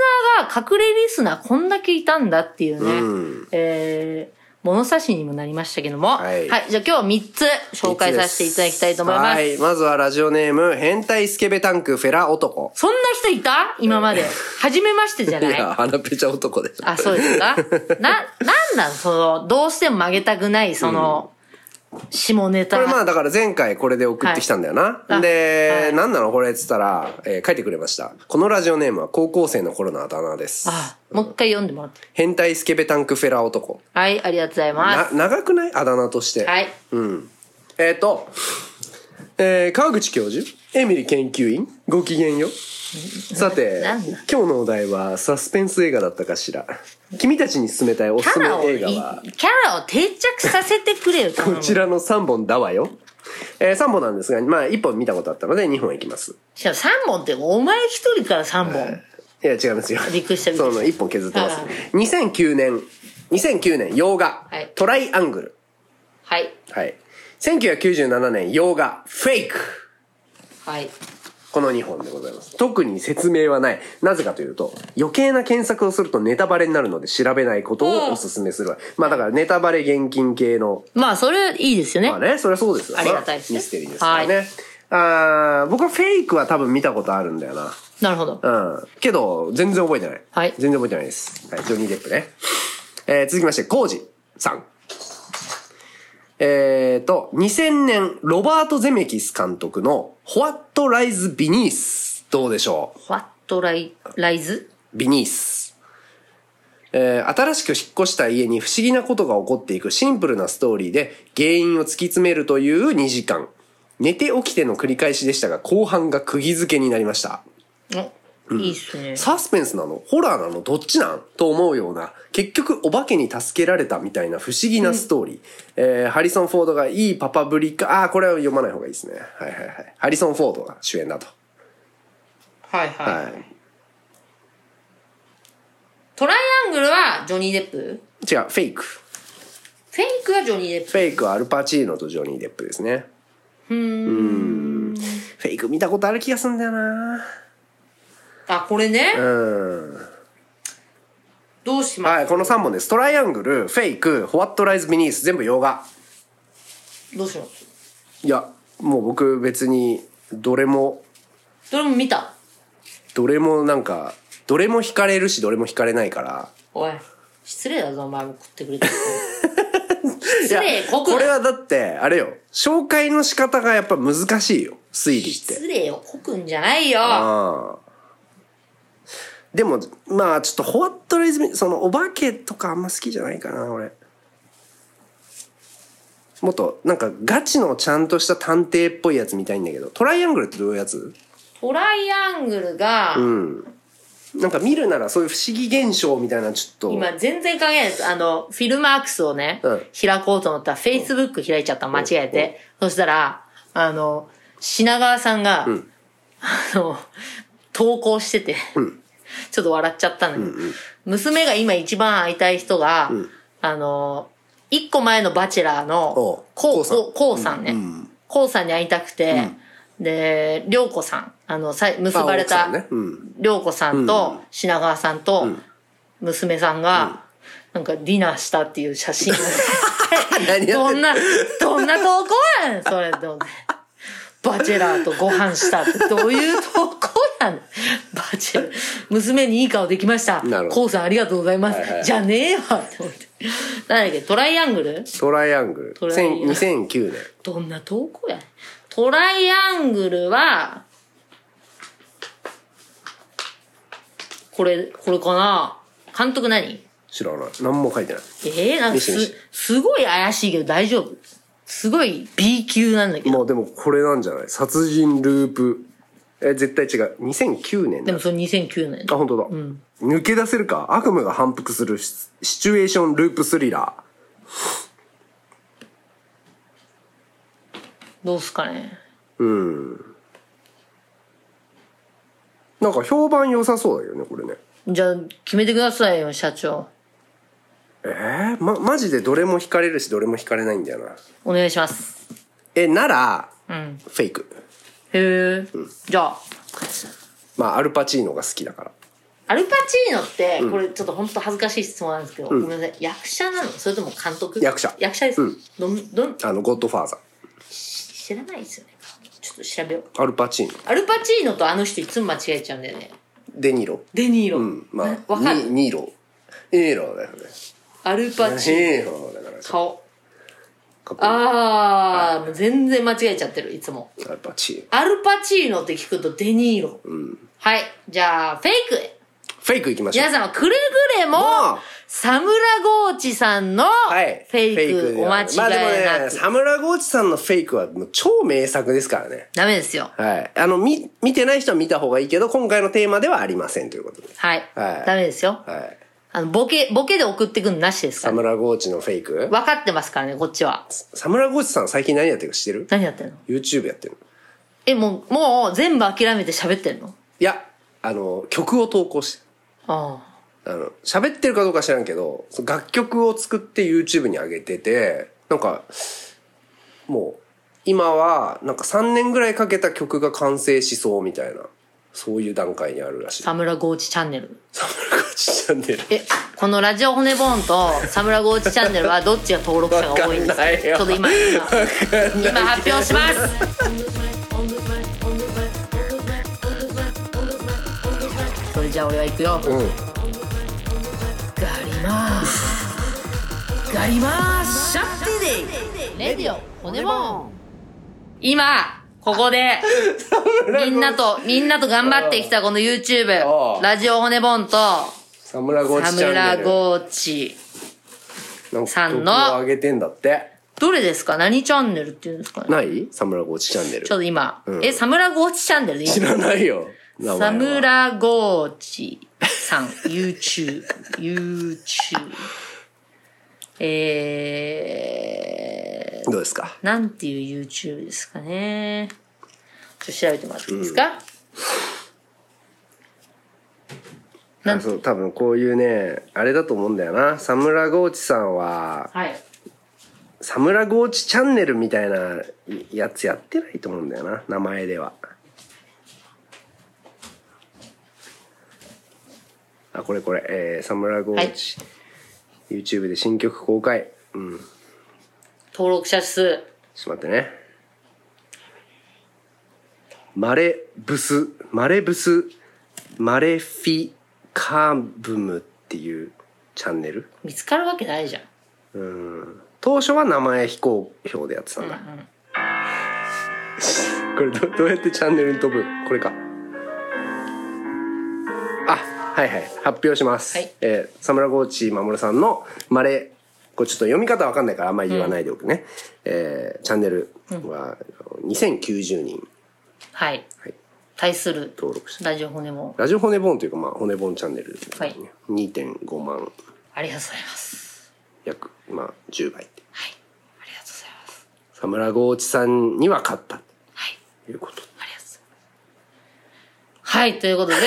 [SPEAKER 2] ナーが、隠れリスナーこんだけいたんだっていうね、えー、物差しにもなりましたけども、
[SPEAKER 3] はい
[SPEAKER 2] じゃあ今日3つ紹介させていただきたいと思いま
[SPEAKER 3] 三つ
[SPEAKER 2] す。
[SPEAKER 3] ではい。まずはラジオネーム、変態スケベタンクフェラ男。
[SPEAKER 2] そんな人いた今まで。初めましてじゃ
[SPEAKER 3] い
[SPEAKER 2] ない
[SPEAKER 3] や、鼻ペチャ男でしょ。
[SPEAKER 2] あ、そうです かな、なんなのその、どうしても曲げたくない、その、下ネタ。
[SPEAKER 3] これまあだから前回これで送ってきたんだよな。
[SPEAKER 2] はいあ
[SPEAKER 3] で、
[SPEAKER 2] はい
[SPEAKER 3] なんなのこれっつったら、えー書いてくれました。このラジオネームは高校生の頃のあだ名です。
[SPEAKER 2] あもう一回読んでもらって。
[SPEAKER 3] 変態スケベタンクフェラ男。
[SPEAKER 2] はい、ありがとうございま
[SPEAKER 3] な、長くないあだ名として。
[SPEAKER 2] す。はい。
[SPEAKER 3] うん。えっ、と、えー川口教授、エミリ研究員、ごきげんよう。さて
[SPEAKER 2] なんだ、
[SPEAKER 3] 今日のお題はサスペンス映画だったかしら。君たちに勧めたいお
[SPEAKER 2] キ
[SPEAKER 3] すす
[SPEAKER 2] ャ
[SPEAKER 3] め
[SPEAKER 2] ラをい、
[SPEAKER 3] 映
[SPEAKER 2] キ
[SPEAKER 3] 画は
[SPEAKER 2] ャラを定着させてくれよ、
[SPEAKER 3] こち
[SPEAKER 2] ら。
[SPEAKER 3] らの3本だわよ。えー、3本なんですが、まあ1本見たことあったので2本いきます。
[SPEAKER 2] しかも3本って、お前一人から3本。
[SPEAKER 3] いや、違いますよ。
[SPEAKER 2] びっくりしたびっくりした
[SPEAKER 3] その1本削ってます
[SPEAKER 2] はい。
[SPEAKER 3] 2009年、2009年、洋画、
[SPEAKER 2] はい
[SPEAKER 3] トライアングル。
[SPEAKER 2] はい。
[SPEAKER 3] はい。1997年、洋画、フェイク。
[SPEAKER 2] はい。
[SPEAKER 3] この2本でございます。特に説明はない。なぜかというと、余計な検索をするとネタバレになるので調べないことをお勧めするわ。まあだからネタバレ厳禁系の
[SPEAKER 2] まあ、それいいですよね。
[SPEAKER 3] まあね、それはそうですよ。
[SPEAKER 2] ありがたいですね
[SPEAKER 3] ミステリーですからね。あー僕はフェイクは多分見たことあるんだよな。
[SPEAKER 2] なるほど。
[SPEAKER 3] うん。けど、全然覚えてない。
[SPEAKER 2] はい
[SPEAKER 3] 全然覚えてないです。はい、ジョニー・デップね。えー、続きまして、コージさん。えーと、2000年、ロバート・ゼメキス監督の、ホワット・ライズ・ビニース。どうでしょう
[SPEAKER 2] ファットライ、ライズ
[SPEAKER 3] ビニース。えー新しく引っ越した家に不思議なことが起こっていくシンプルなストーリーで原因を突き詰めるという2時間。寝て起きての繰り返しでしたが、後半が釘付けになりました。
[SPEAKER 2] おいいっすね。
[SPEAKER 3] サスペンスなのホラーなのどっちなんと思うような、結局お化けに助けられたみたいな不思議なストーリー。えーハリソン・フォードがいいパパぶりか、あーこれは読まない方がいいですね。はいはいはい。ハリソン・フォードが主演だと。
[SPEAKER 2] はいはい。
[SPEAKER 3] はい。
[SPEAKER 2] トライアングルはジョニー・デップ
[SPEAKER 3] 違う、フェイク。
[SPEAKER 2] フェイクはジョニー・デップ。
[SPEAKER 3] フェイクはアルパチーノとジョニー・デップですね。うん。フェイク見たことある気がすんだよな
[SPEAKER 2] あ、これね。
[SPEAKER 3] うん。
[SPEAKER 2] どうしま
[SPEAKER 3] はい、この3本です。トライアングル、フェイク、ホワット・ライズ・ビニース、全部洋画。
[SPEAKER 2] すどうします
[SPEAKER 3] いや、もう僕別に、どれも、
[SPEAKER 2] どれも見た。
[SPEAKER 3] どれもなんか、どれも惹かれるし、どれも惹かれないから。
[SPEAKER 2] おい。失礼だぞ、お前も食ってくれて。失
[SPEAKER 3] い
[SPEAKER 2] 礼、
[SPEAKER 3] や
[SPEAKER 2] こ
[SPEAKER 3] これはだって、あれよ、紹介の仕方がやっぱ難しいよ、推理って。
[SPEAKER 2] 失礼をこくんじゃないよ。
[SPEAKER 3] ああ。でも、まあ、ちょっと、ホワットライズミ、その、お化けとかあんま好きじゃないかな、俺。もっと、なんか、ガチのちゃんとした探偵っぽいやつ見たいんだけど、トライアングルってどういうやつ
[SPEAKER 2] トライアングルが、
[SPEAKER 3] うん。なんか見るなら、そういう不思議現象みたいな、ちょっと。
[SPEAKER 2] 今全然関係ないです。あの、フィルマークスをね、
[SPEAKER 3] うん
[SPEAKER 2] 開こうと思ったら、Facebook 開いちゃったの間違えて。そしたら、あの、品川さんが、あの、投稿してて、ちょっと笑っちゃったのよ、娘が今一番会いたい人が、あの、一個前のバチェラー
[SPEAKER 3] おう
[SPEAKER 2] の、こ
[SPEAKER 3] こ
[SPEAKER 2] う、
[SPEAKER 3] うさん
[SPEAKER 2] こうこうさんね。コウさんに会いたくて、で、りょうこさん、あの、さい結ばれ
[SPEAKER 3] あ
[SPEAKER 2] た
[SPEAKER 3] 奥さんねうん
[SPEAKER 2] りょうこさん
[SPEAKER 3] う
[SPEAKER 2] と品川さんと娘さんが、なんかディナーしたっていう写 真を
[SPEAKER 3] 何やっ
[SPEAKER 2] ど
[SPEAKER 3] て
[SPEAKER 2] ん
[SPEAKER 3] ん
[SPEAKER 2] な、どんな投稿やねん、それ、どんな。バチェラーとご飯したって、どういう投稿やねん。バチェラー。娘にいい顔できました
[SPEAKER 3] なる。ほど
[SPEAKER 2] コウさんありがとうございます。
[SPEAKER 3] はいはい
[SPEAKER 2] じゃねえわ、って思って。なんだっけ、トライアングル
[SPEAKER 3] トライアングル
[SPEAKER 2] トライアングル
[SPEAKER 3] 千2009年
[SPEAKER 2] どんな投稿やねんトライアングルは、これ、これかな監督何
[SPEAKER 3] 知らない何も書いてない
[SPEAKER 2] えー、なんか
[SPEAKER 3] 見せ
[SPEAKER 2] す
[SPEAKER 3] て、
[SPEAKER 2] すごい怪しいけど大丈夫。すごい B 級なんだけど。
[SPEAKER 3] まあでもこれなんじゃない殺人ループえ絶対違う2009年
[SPEAKER 2] で
[SPEAKER 3] だ
[SPEAKER 2] もそれ2009年。
[SPEAKER 3] あ本当だ、抜け出せるか悪夢が反復するシシチュエーションループスリラ
[SPEAKER 2] どうすかね。
[SPEAKER 3] ーなんか評判良さそうだよねこれね
[SPEAKER 2] じゃあ、決めてくださいよ、社長。
[SPEAKER 3] えー、まマジでどれも惹かれるしどれも惹かれないんだよな
[SPEAKER 2] お願いします。
[SPEAKER 3] えなら、
[SPEAKER 2] ん
[SPEAKER 3] フェイク
[SPEAKER 2] へえ、じゃあ、
[SPEAKER 3] まあアルパチーノが好きだから
[SPEAKER 2] アルパチーノって、これちょっと本当恥ずかしい質問なんですけど、ごめんなさい。役者なのそれとも監督
[SPEAKER 3] 役者
[SPEAKER 2] 役者です。どん、どん、
[SPEAKER 3] あのゴッドファーザ
[SPEAKER 2] 知らないですよね。ちょっと調べよう。
[SPEAKER 3] ーアルパチーノ
[SPEAKER 2] アルパチーノとあの人いつも間違えちゃうんだよね。
[SPEAKER 3] デニーロ
[SPEAKER 2] デニーロ。
[SPEAKER 3] うんま
[SPEAKER 2] な
[SPEAKER 3] あ
[SPEAKER 2] わか
[SPEAKER 3] ニ
[SPEAKER 2] る。
[SPEAKER 3] ニーロエーロだよね
[SPEAKER 2] アルパチーノ。
[SPEAKER 3] エーロだから
[SPEAKER 2] 顔。
[SPEAKER 3] かっこいい
[SPEAKER 2] あー、もう全然間違えちゃってる、いつも。
[SPEAKER 3] アルパチーノ
[SPEAKER 2] アルパチーノって聞くとデニーロ。はい。じゃあ、フェイク。
[SPEAKER 3] フェイクいきましょう
[SPEAKER 2] 皆様、くれぐれも
[SPEAKER 3] もう、
[SPEAKER 2] サムラゴーチさんのフ
[SPEAKER 3] はい。
[SPEAKER 2] ェイクお間
[SPEAKER 3] まあ
[SPEAKER 2] 違い
[SPEAKER 3] でも
[SPEAKER 2] な
[SPEAKER 3] ね、
[SPEAKER 2] く。
[SPEAKER 3] サムラゴーチさんのフェイクはもう超名作ですからね。
[SPEAKER 2] ダメですよ。
[SPEAKER 3] はい。あの、み、見てない人は見た方がいいけど、今回のテーマではありませんということで。
[SPEAKER 2] はい。
[SPEAKER 3] はい
[SPEAKER 2] ダメですよ。
[SPEAKER 3] はい。
[SPEAKER 2] あの、ボケ、ボケで送ってくんなしですか
[SPEAKER 3] サ
[SPEAKER 2] ら。
[SPEAKER 3] ムラゴーチのフェイク。
[SPEAKER 2] 分かってますからね、こっちは。
[SPEAKER 3] サムラゴーチさん最近何やってるか知ってる
[SPEAKER 2] 何やってんの
[SPEAKER 3] ?YouTube やってるの。
[SPEAKER 2] え、もう、もう全部諦めて喋ってんの
[SPEAKER 3] いや、あの、曲を投稿して
[SPEAKER 2] あ
[SPEAKER 3] あの、喋ってるかどうか知らんけど、その楽曲を作って YouTube に上げてて、なんか、もう、今は、なんか3年ぐらいかけた曲が完成しそうみたいな、そういう段階にあるらしい
[SPEAKER 2] あ。。サムラゴーチチャンネル。
[SPEAKER 3] サムラゴーチチャンネル。
[SPEAKER 2] え、このラジオ骨ボーンとサムラゴーチチャンネルはどっちが登録者が多いんです
[SPEAKER 3] わかんな
[SPEAKER 2] か
[SPEAKER 3] いよ
[SPEAKER 2] ちょっと今、今今発表します。それじゃあ俺は行くよ。
[SPEAKER 3] うん。
[SPEAKER 2] ガリマーガリマーシャッティデイレディオ骨もん今ここでみんなとみんなと頑張ってきたこの YouTube
[SPEAKER 3] ああ
[SPEAKER 2] ラジオ骨ボンと
[SPEAKER 3] サムラゴー
[SPEAKER 2] サ
[SPEAKER 3] チチャ
[SPEAKER 2] ム
[SPEAKER 3] ンネ
[SPEAKER 2] ラ
[SPEAKER 3] ル。
[SPEAKER 2] ゴーチ
[SPEAKER 3] なんか
[SPEAKER 2] さんの
[SPEAKER 3] 曲を上げてんだって。
[SPEAKER 2] どれですか何チャンネルっていうんですかね
[SPEAKER 3] ないサムラゴーチチャンネル
[SPEAKER 2] ちょ。っと今、
[SPEAKER 3] うん
[SPEAKER 2] えサムラゴーチチャンネルでいい
[SPEAKER 3] 知らないよ。名前は
[SPEAKER 2] サム。ラゴーチさん、YouTube、YouTube。え
[SPEAKER 3] どうですか
[SPEAKER 2] ー、なんていう YouTube ですかね。ちょっと調べてもらっていいですか、なん
[SPEAKER 3] そう、多分こういうね、あれだと思うんだよな。サムラゴーチさんは、
[SPEAKER 2] はい。
[SPEAKER 3] サムラゴーチチャンネルみたいなやつやってないと思うんだよな名前ではあこれこれ、えーサムラゴーチ、YouTube で新曲公開うんちょ
[SPEAKER 2] 登録者数。
[SPEAKER 3] っと待ってねマレブスマレブスマレフィカブムっていうチャンネル
[SPEAKER 2] 見つかるわけないじゃん。
[SPEAKER 3] うん当初は名前非公表でやってたんだ、これどどうやってチャンネルに飛ぶこれかあはいはい発表します、
[SPEAKER 2] はい
[SPEAKER 3] えー、サムラゴーチ守さんの「まれ」これちょっと読み方わかんないからあんまり言わないでおくね、えーチャンネルは2090人
[SPEAKER 2] はい。
[SPEAKER 3] はい
[SPEAKER 2] 対する、
[SPEAKER 3] 登録者
[SPEAKER 2] ラジオ骨も、
[SPEAKER 3] ラジオ骨ボーンというかまあ骨ボーンチャンネルです
[SPEAKER 2] は
[SPEAKER 3] ね、
[SPEAKER 2] い
[SPEAKER 3] 2.5万
[SPEAKER 2] ありがとうございます。
[SPEAKER 3] 約まあ10倍って
[SPEAKER 2] はい。ありがとうございます。
[SPEAKER 3] サムラゴーチさんには勝った
[SPEAKER 2] はい。
[SPEAKER 3] ということ
[SPEAKER 2] ありがとうございますはい、ということで、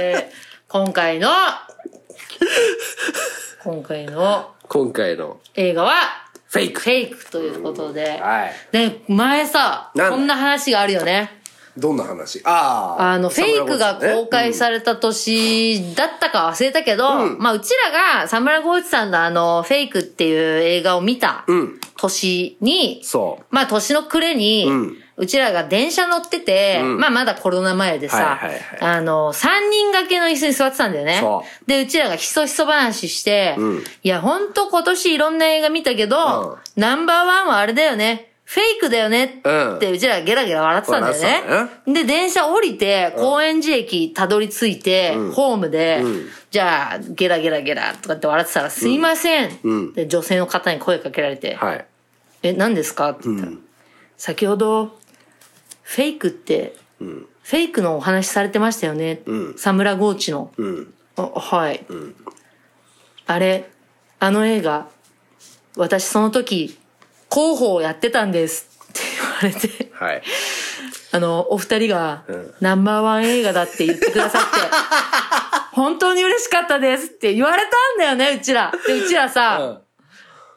[SPEAKER 2] えー、今回の、今回の
[SPEAKER 3] 今回の
[SPEAKER 2] 映画は、
[SPEAKER 3] フフェイク
[SPEAKER 2] フェイクということで。
[SPEAKER 3] はい
[SPEAKER 2] で、前さ、
[SPEAKER 3] なんだ
[SPEAKER 2] こんな話があるよね。
[SPEAKER 3] どんな話ああ
[SPEAKER 2] あの、フェイクが公開
[SPEAKER 3] れ
[SPEAKER 2] された年だったか忘れたけど、
[SPEAKER 3] うん
[SPEAKER 2] まあ、うちらが、サムラゴーチさんのあの、フェイクっていう映画を見た
[SPEAKER 3] うん
[SPEAKER 2] 年に、
[SPEAKER 3] そう
[SPEAKER 2] まあ、年の暮れに、
[SPEAKER 3] う
[SPEAKER 2] うんちらが電車乗ってて、
[SPEAKER 3] うん
[SPEAKER 2] まあ、まだコロナ前でさ、
[SPEAKER 3] はいはいはい
[SPEAKER 2] あの、3人掛けの椅子に座ってたんだよね
[SPEAKER 3] そ。
[SPEAKER 2] で、うちらがひそひそ話して、
[SPEAKER 3] うん
[SPEAKER 2] いや、ほんと今年いろんな映画見たけど、ナンバーワンはあれだよね。フェイクだよね
[SPEAKER 3] うん
[SPEAKER 2] って、うちらがゲラゲラ笑ってたんだよ
[SPEAKER 3] 笑ってたん
[SPEAKER 2] ね。
[SPEAKER 3] だ
[SPEAKER 2] で、電車降りて、高円寺駅たどり着いて、ホームで、じゃあ、ゲラゲラゲラとかって笑ってたら、すいません、
[SPEAKER 3] うん
[SPEAKER 2] で、女性の方に声かけられて、
[SPEAKER 3] はい
[SPEAKER 2] え、何ですかって言ったら、先ほど、フェイクって、フェイクのお話されてましたよね。
[SPEAKER 3] うん
[SPEAKER 2] サムラゴーチの。
[SPEAKER 3] うん
[SPEAKER 2] あはい、あれ、あの映画、私その時、広報をやってたんですって言われて。
[SPEAKER 3] はい
[SPEAKER 2] あの、お二人が
[SPEAKER 3] ん、
[SPEAKER 2] ナンバーワン映画だって言ってくだ さって、本当に嬉しかったですって言われたんだよね、うちら。で、うちらさ、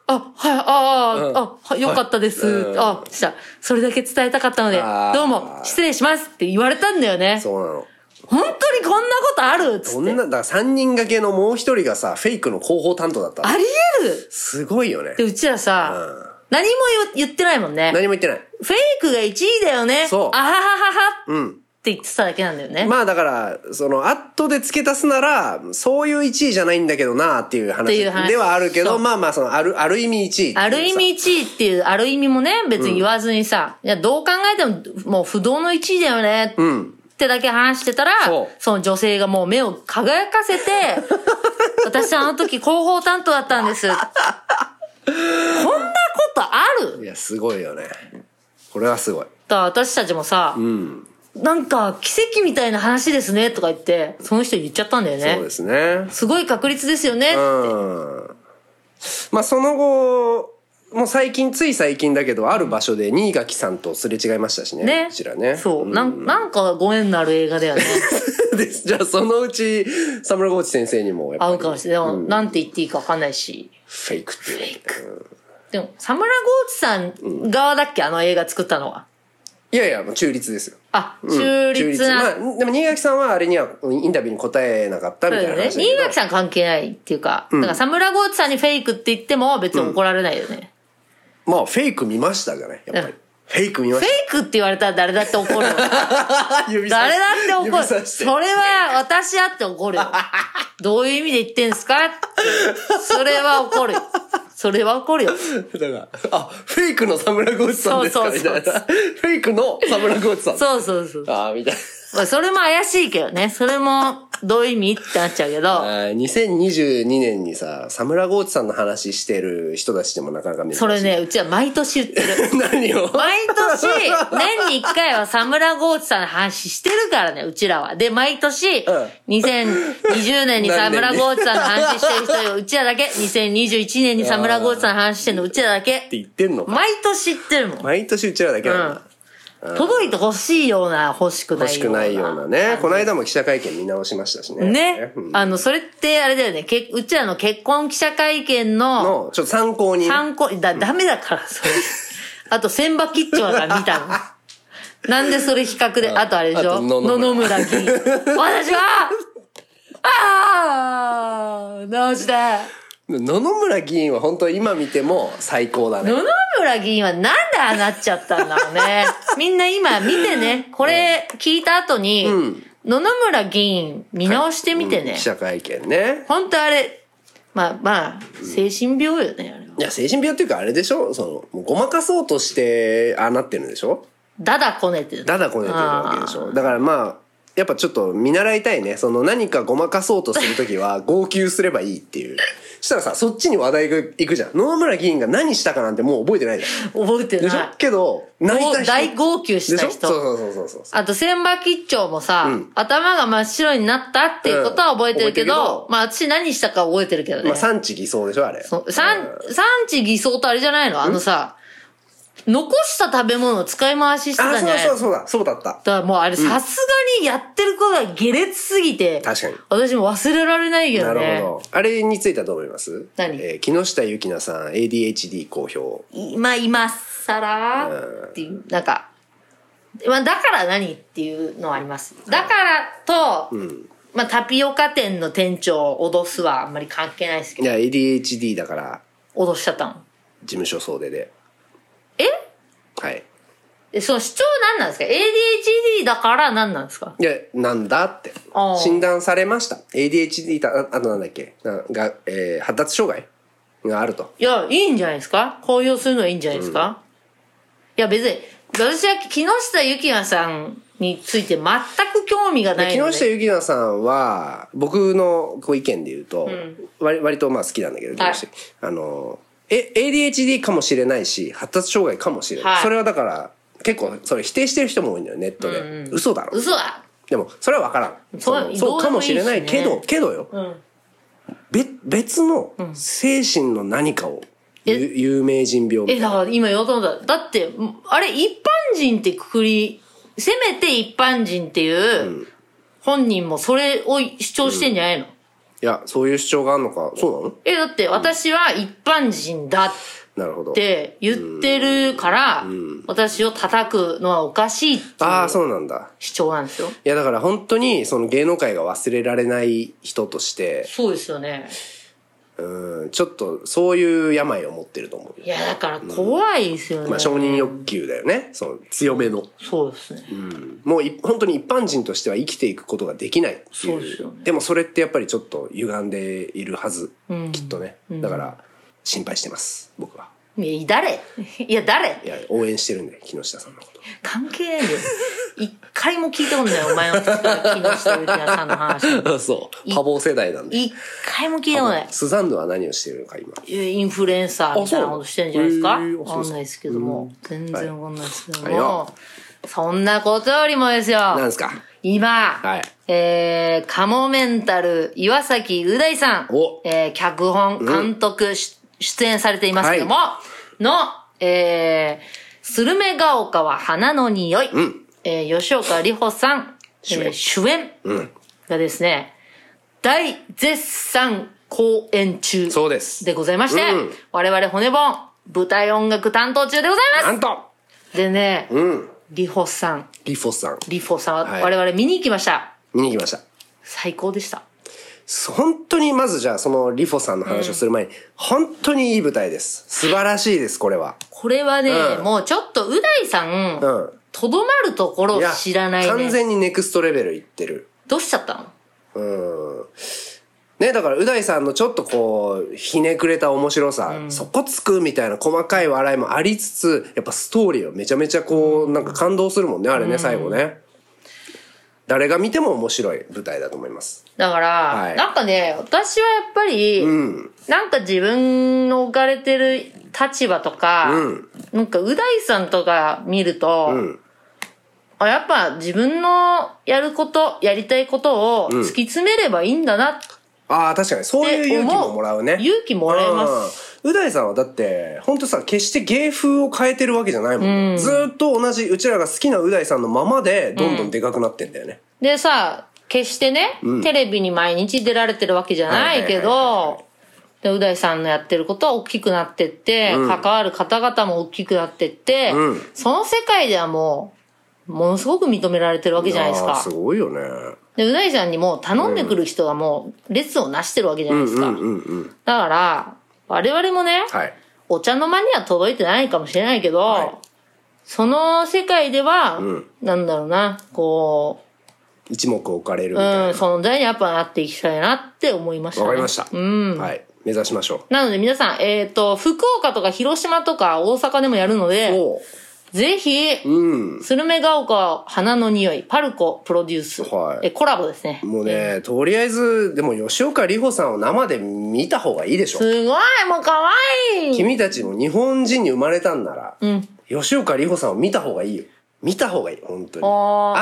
[SPEAKER 2] あ、はい、あ
[SPEAKER 3] うん
[SPEAKER 2] あ、あ、はよかったです。
[SPEAKER 3] うん
[SPEAKER 2] あ、そしたらそれだけ伝えたかったので
[SPEAKER 3] あー、
[SPEAKER 2] どうも、失礼しますって言われたんだよね。
[SPEAKER 3] そうなの
[SPEAKER 2] 本当にこんなことあるっつ
[SPEAKER 3] そ
[SPEAKER 2] っ
[SPEAKER 3] ん
[SPEAKER 2] て
[SPEAKER 3] な。だから三人掛けのもう一人がさフェイクの広報担当だったの
[SPEAKER 2] ありえる
[SPEAKER 3] すごいよね
[SPEAKER 2] で、うちらさ
[SPEAKER 3] うん、
[SPEAKER 2] 何も言言ってないもんね。
[SPEAKER 3] 何も言ってない
[SPEAKER 2] フェイクが1位だよね。
[SPEAKER 3] そう
[SPEAKER 2] あははははっ
[SPEAKER 3] うん
[SPEAKER 2] て言ってただけなんだよね。
[SPEAKER 3] まあだから、その、アットで付け足すなら、そういう1位じゃないんだけどなっていう
[SPEAKER 2] って
[SPEAKER 3] 話
[SPEAKER 2] いう話
[SPEAKER 3] ではあるけ
[SPEAKER 2] そう
[SPEAKER 3] ど、まあまあ、その、ある、ある意味1位っていうさ
[SPEAKER 2] ある意味1位っていう、ある意味もね、別に言わずにさ、いや、どう考えても、もう不動の1位だよね、
[SPEAKER 3] ん
[SPEAKER 2] ってだけ話してたら、
[SPEAKER 3] そ
[SPEAKER 2] そうの女性がもう目を輝か せて、私あの時広報担当だったんです。こんなことある
[SPEAKER 3] いや、すごいよね。これはすごい。
[SPEAKER 2] だから私たちもさ、
[SPEAKER 3] うん。
[SPEAKER 2] なんか奇跡みたいな話ですね、とか言って、その人言っちゃったんだよ
[SPEAKER 3] そう
[SPEAKER 2] ね
[SPEAKER 3] で。すね。
[SPEAKER 2] すごい確率ですよね。
[SPEAKER 3] うん。まあ、その後、もう最近、つい最近だけど、ある場所で新垣さんとすれ違いましたしね。
[SPEAKER 2] ね
[SPEAKER 3] こちらね。
[SPEAKER 2] そう。
[SPEAKER 3] ん
[SPEAKER 2] なんなんかご縁のある映画だよね。
[SPEAKER 3] です。じゃあ、そのうち、サムラゴーチ先生にも、やっぱ
[SPEAKER 2] 合
[SPEAKER 3] り
[SPEAKER 2] うかもしれない。でも、なんて言っていいかわかんないし。
[SPEAKER 3] フェイクっていうね。うん
[SPEAKER 2] でも、サムラゴーチさん側だっけ、あの映画作ったのは。
[SPEAKER 3] いやいや、もう中立ですよ。
[SPEAKER 2] あ、
[SPEAKER 3] うん
[SPEAKER 2] 中立な。
[SPEAKER 3] 中まあ、でも新垣さんはあれにはインタビューに答えなかった
[SPEAKER 2] そ
[SPEAKER 3] み
[SPEAKER 2] う
[SPEAKER 3] たい
[SPEAKER 2] だ
[SPEAKER 3] な
[SPEAKER 2] よ
[SPEAKER 3] 話だ
[SPEAKER 2] ね。
[SPEAKER 3] けど
[SPEAKER 2] 新垣さん関係ないっていうか、だからサムラゴーチさんにフェイクって言っても別に怒られないよね。
[SPEAKER 3] まあフェイク見ましたじゃないやっぱり、
[SPEAKER 2] うん
[SPEAKER 3] フェイク見ま
[SPEAKER 2] フ
[SPEAKER 3] し
[SPEAKER 2] ェイクって言われたら誰だって怒る。
[SPEAKER 3] た指さし
[SPEAKER 2] 誰だって怒
[SPEAKER 3] 指
[SPEAKER 2] る。
[SPEAKER 3] さして
[SPEAKER 2] それは私だって怒るよ。どういう意味で言ってんすかってそれは怒るよ。それは怒るよ。
[SPEAKER 3] だからあフェイクのサムラゴーチさんですか
[SPEAKER 2] そう
[SPEAKER 3] み
[SPEAKER 2] そうそ
[SPEAKER 3] た
[SPEAKER 2] う
[SPEAKER 3] いなフェイクのサムラゴーチさん
[SPEAKER 2] そうそうそう。
[SPEAKER 3] ああみたいな
[SPEAKER 2] まあ、それも怪しいけどね。それもどういう意味ってなっちゃうけど。
[SPEAKER 3] あー2022年にさサムラゴーチさんの話してる人たちでもなかなか珍しい
[SPEAKER 2] それね、うちは毎年言ってる。
[SPEAKER 3] 何を
[SPEAKER 2] 毎年、年に1回はサムラゴーチさんの話してるからね、うちらは。で、毎年、
[SPEAKER 3] ん
[SPEAKER 2] 2020年に サムラゴーチさんの話してる人よ、うちらだけ。2021年にサムラゴーチさんの話してるの、うちらだけ
[SPEAKER 3] って。言ってんのか
[SPEAKER 2] 毎年言ってるもん。
[SPEAKER 3] 毎年うちらだけだな、
[SPEAKER 2] 届いてほしいような、欲しくないような。
[SPEAKER 3] 欲しくないようなねこの間も記者会見見直しましたしね
[SPEAKER 2] ね
[SPEAKER 3] う。ん
[SPEAKER 2] あの、それってあれだよね。けうちらの結婚記者会見の
[SPEAKER 3] のちょっと参考に
[SPEAKER 2] 参考、だ、ダメだから、そ れ。あと、千葉吉兆が見たの。なんでそれ比較で、あとあれでし
[SPEAKER 3] あ
[SPEAKER 2] ょ
[SPEAKER 3] と
[SPEAKER 2] 野々
[SPEAKER 3] 野々
[SPEAKER 2] 村議員。私はああ直して
[SPEAKER 3] 野々村議員は本当今見ても最高だね
[SPEAKER 2] 野。々村議員はなんでああなっちゃったんだろうね。みんな今見てね。これ聞いた後に、
[SPEAKER 3] ん
[SPEAKER 2] 野々村議員見直してみてね。
[SPEAKER 3] 記者会見ね。
[SPEAKER 2] 本当あれ、まあまあ、精神病よね、あれは。
[SPEAKER 3] いや、精神病っていうかあれでしょその、もうごまかそうとして、ああなってるんでしょ
[SPEAKER 2] だだこねてる。
[SPEAKER 3] だだこねてるわけでしょだからまあ、やっぱちょっと見習いたいね。その何かごまかそうとするときは、 号泣すればいいっていう。したらさ、そっちに話題がいくじゃん。野々村議員が何したかなんてもう覚えてないじゃ
[SPEAKER 2] 覚えて
[SPEAKER 3] ん。でしょ
[SPEAKER 2] ない。
[SPEAKER 3] けど、泣いた人。
[SPEAKER 2] 大号泣した
[SPEAKER 3] でしょ
[SPEAKER 2] 人。
[SPEAKER 3] そうそうそうそうそう。
[SPEAKER 2] あと、千葉吉兆もさ、
[SPEAKER 3] うん
[SPEAKER 2] 頭が真っ白になったっていうことは覚えてるけど、
[SPEAKER 3] うん覚えてるけど
[SPEAKER 2] まあ私何したか覚えてるけどね。
[SPEAKER 3] まあ、産地偽装でしょあれ。
[SPEAKER 2] そ産産地偽装とあれじゃないのあのさ、残した食べ物を使い回ししてたん
[SPEAKER 3] あ、そう
[SPEAKER 2] じゃ
[SPEAKER 3] だ
[SPEAKER 2] ない
[SPEAKER 3] そうだそうだ、そうだっ
[SPEAKER 2] だ
[SPEAKER 3] た。
[SPEAKER 2] からもうあれさすがにやってることが下劣すぎて、
[SPEAKER 3] 確かに。
[SPEAKER 2] 私も忘れられないけど
[SPEAKER 3] な
[SPEAKER 2] ね。
[SPEAKER 3] るほど。あれについてはどう思います
[SPEAKER 2] 何
[SPEAKER 3] えー木下ゆきなさん、ADHD 公表。
[SPEAKER 2] いまあ今更っていう、なんか、まあだから何っていうのはあります。だからと、まあタピオカ店の店長を脅すはあんまり関係ないですけ
[SPEAKER 3] い
[SPEAKER 2] ど、
[SPEAKER 3] や、ADHD だから、
[SPEAKER 2] 脅しちゃったの。
[SPEAKER 3] 事務所総出で。
[SPEAKER 2] え
[SPEAKER 3] はい。
[SPEAKER 2] えその主張は何なんですか ?ADHD だから何なんですか
[SPEAKER 3] いや、なんだって
[SPEAKER 2] あー。
[SPEAKER 3] 診断されました。ADHD だ、ああとなんだっけなが、えー発達障害があると。
[SPEAKER 2] いや、いいんじゃないですか公表するのはいいんじゃないですか、いや、別に、私は木下ゆきなさんについて全く興味がない
[SPEAKER 3] 木
[SPEAKER 2] の
[SPEAKER 3] 下
[SPEAKER 2] で。
[SPEAKER 3] ゆきなさんは、僕のこう意見で言うと、割割とまあ好きなんだけど、木
[SPEAKER 2] はい
[SPEAKER 3] 下あの、え、ADHD かもしれないし、発達障害かもしれない。
[SPEAKER 2] はい
[SPEAKER 3] それはだから、結構それ否定してる人も多いんだよ、ネットで。嘘だろ。
[SPEAKER 2] 嘘だ
[SPEAKER 3] でも、それは分からん。
[SPEAKER 2] そう
[SPEAKER 3] のそう
[SPEAKER 2] どうでもいいしね
[SPEAKER 3] かもしれないけど、けどよ、べ別の精神の何かを、ゆ有名人病みたい
[SPEAKER 2] え、
[SPEAKER 3] な
[SPEAKER 2] だから今言おうと思った。だって、んあれ一般人ってくくり、せめて一般人っていう、本人もそれを主張してんじゃないの、
[SPEAKER 3] いや、そういう主張があるのか、そうなの
[SPEAKER 2] え、だって私は一般人だっ
[SPEAKER 3] なるほど。
[SPEAKER 2] て言ってるから、私を叩くのはおかしいって
[SPEAKER 3] ああ、
[SPEAKER 2] いう
[SPEAKER 3] そうなんだ。
[SPEAKER 2] 主張なんですよ。
[SPEAKER 3] いや、だから本当に、その芸能界が忘れられない人として、
[SPEAKER 2] そうですよね。
[SPEAKER 3] うん、ちょっと、そういう病を持ってると思うよ
[SPEAKER 2] い。や、だから怖いですよね。
[SPEAKER 3] まあ、承認欲求だよね。その、強めの。
[SPEAKER 2] そうですね。
[SPEAKER 3] もうい、本当に一般人としては生きていくことができないってい
[SPEAKER 2] そう
[SPEAKER 3] う。
[SPEAKER 2] ですよね
[SPEAKER 3] でも、それってやっぱりちょっと歪んでいるはず。きっとね。だから、心配してます。僕は。
[SPEAKER 2] いや、誰いや、誰
[SPEAKER 3] いや、応援してるんで、木下さんのこと。
[SPEAKER 2] 関係ないよ。一回も聞いたことない、お前の口から木下ゆきなさんの話。
[SPEAKER 3] そう。多忙世代なんで。
[SPEAKER 2] 一回も聞いたことない。
[SPEAKER 3] スザンヌは何をしてるのか、今。
[SPEAKER 2] インフルエンサーみたいなことしてんじゃないですか
[SPEAKER 3] あそうなの
[SPEAKER 2] わかんないですけども。全然わかんないですけど
[SPEAKER 3] はい
[SPEAKER 2] も。そんなことよりもです
[SPEAKER 3] なん
[SPEAKER 2] よ
[SPEAKER 3] で。すか
[SPEAKER 2] 今、
[SPEAKER 3] はい
[SPEAKER 2] えー、カモメンタル、岩崎う大さん、
[SPEAKER 3] お
[SPEAKER 2] えー、脚本、監督、し出演されていますけども、の、えー、スルメが丘は花の匂い、えー、吉岡里帆さん、主演,、えー、主演がですね、大絶賛公演中
[SPEAKER 3] そうです
[SPEAKER 2] でございまして、
[SPEAKER 3] うん
[SPEAKER 2] 我々骨盆、舞台音楽担当中でございま
[SPEAKER 3] なんと
[SPEAKER 2] すでね、
[SPEAKER 3] うん。
[SPEAKER 2] 里帆さん、
[SPEAKER 3] リフォさん。
[SPEAKER 2] リフォさんは
[SPEAKER 3] はい
[SPEAKER 2] 我々見に行きました。
[SPEAKER 3] 見に行きました。
[SPEAKER 2] 最高でした。
[SPEAKER 3] 本当にまずじゃあそのリフォさんの話をする前に、本当にいい舞台です。素晴らしいです、これは。
[SPEAKER 2] これはね、
[SPEAKER 3] うん
[SPEAKER 2] もうちょっとう大さん、
[SPEAKER 3] うん
[SPEAKER 2] とどまるところ
[SPEAKER 3] い
[SPEAKER 2] を
[SPEAKER 3] や
[SPEAKER 2] 知らないね。
[SPEAKER 3] 完全にネクストレベルいってる。
[SPEAKER 2] どうしちゃったの
[SPEAKER 3] うん。ね、だから、う大さんのちょっとこう、ひねくれた面白さ、そこつくみたいな細かい笑いもありつつ、やっぱストーリーはめちゃめちゃこう、なんか感動するもんね、あれね、最後ね。誰が見ても面白い舞台だと思います。
[SPEAKER 2] だから、
[SPEAKER 3] はい
[SPEAKER 2] なんかね、私はやっぱり、
[SPEAKER 3] うん。
[SPEAKER 2] なんか自分の置かれてる立場とか、
[SPEAKER 3] うん
[SPEAKER 2] なんかう大さんとか見ると、
[SPEAKER 3] うん。
[SPEAKER 2] あやっぱ自分のやること、やりたいことを突き詰めればいいんだなっ
[SPEAKER 3] ああ、確かに。そういう
[SPEAKER 2] て
[SPEAKER 3] 勇
[SPEAKER 2] 思
[SPEAKER 3] 気
[SPEAKER 2] う。
[SPEAKER 3] ももらうね。
[SPEAKER 2] 勇気もらえます。
[SPEAKER 3] うん。う大さんはだって、ほんとさ、決して芸風を変えてるわけじゃないもんね。ずーっと同じ、うちらが好きなう大さんのままで、どんどんでかくなってんだよね。
[SPEAKER 2] でさ、決してね、テレビに毎日出られてるわけじゃないけ
[SPEAKER 3] はいはいはい
[SPEAKER 2] ど、で、う大さんのやってることは大きくなってって、関わる方々も大きくなってって、
[SPEAKER 3] うん
[SPEAKER 2] その世界ではもう、ものすごく認められてるわけじゃないです
[SPEAKER 3] あー
[SPEAKER 2] か
[SPEAKER 3] す。ごいよね。
[SPEAKER 2] で、う大さんにも頼んでくる人がもう列をなしてるわけじゃないですか。
[SPEAKER 3] うんうん。
[SPEAKER 2] だから、我々もね、
[SPEAKER 3] はい。
[SPEAKER 2] お茶の間には届いてないかもしれないけど、
[SPEAKER 3] はい
[SPEAKER 2] その世界では、
[SPEAKER 3] ん
[SPEAKER 2] なんだろうな、こう、
[SPEAKER 3] 一目置かれるみたいな。
[SPEAKER 2] うん、
[SPEAKER 3] わ
[SPEAKER 2] 存在にやっぱなっていきたいなって思いました、ね。
[SPEAKER 3] かりました。
[SPEAKER 2] うん。
[SPEAKER 3] はい。目指しましょ
[SPEAKER 2] なので皆さん、えっ、と、福岡とか広島とか大阪でもやるの
[SPEAKER 3] う。
[SPEAKER 2] で、
[SPEAKER 3] おう。
[SPEAKER 2] ぜひ、
[SPEAKER 3] うん。
[SPEAKER 2] スルメが丘花の匂い、パルコプロデュース、
[SPEAKER 3] はい
[SPEAKER 2] えコラボですね。
[SPEAKER 3] もうね、とりあえず、でも吉岡里帆さんを生で見た方がいいでしょ。
[SPEAKER 2] すごいもう可愛い
[SPEAKER 3] 君たちも日本人に生まれたんなら、
[SPEAKER 2] ん
[SPEAKER 3] 吉岡里帆さんを見た方がいいよ。見た方がいい、本当に。
[SPEAKER 2] おー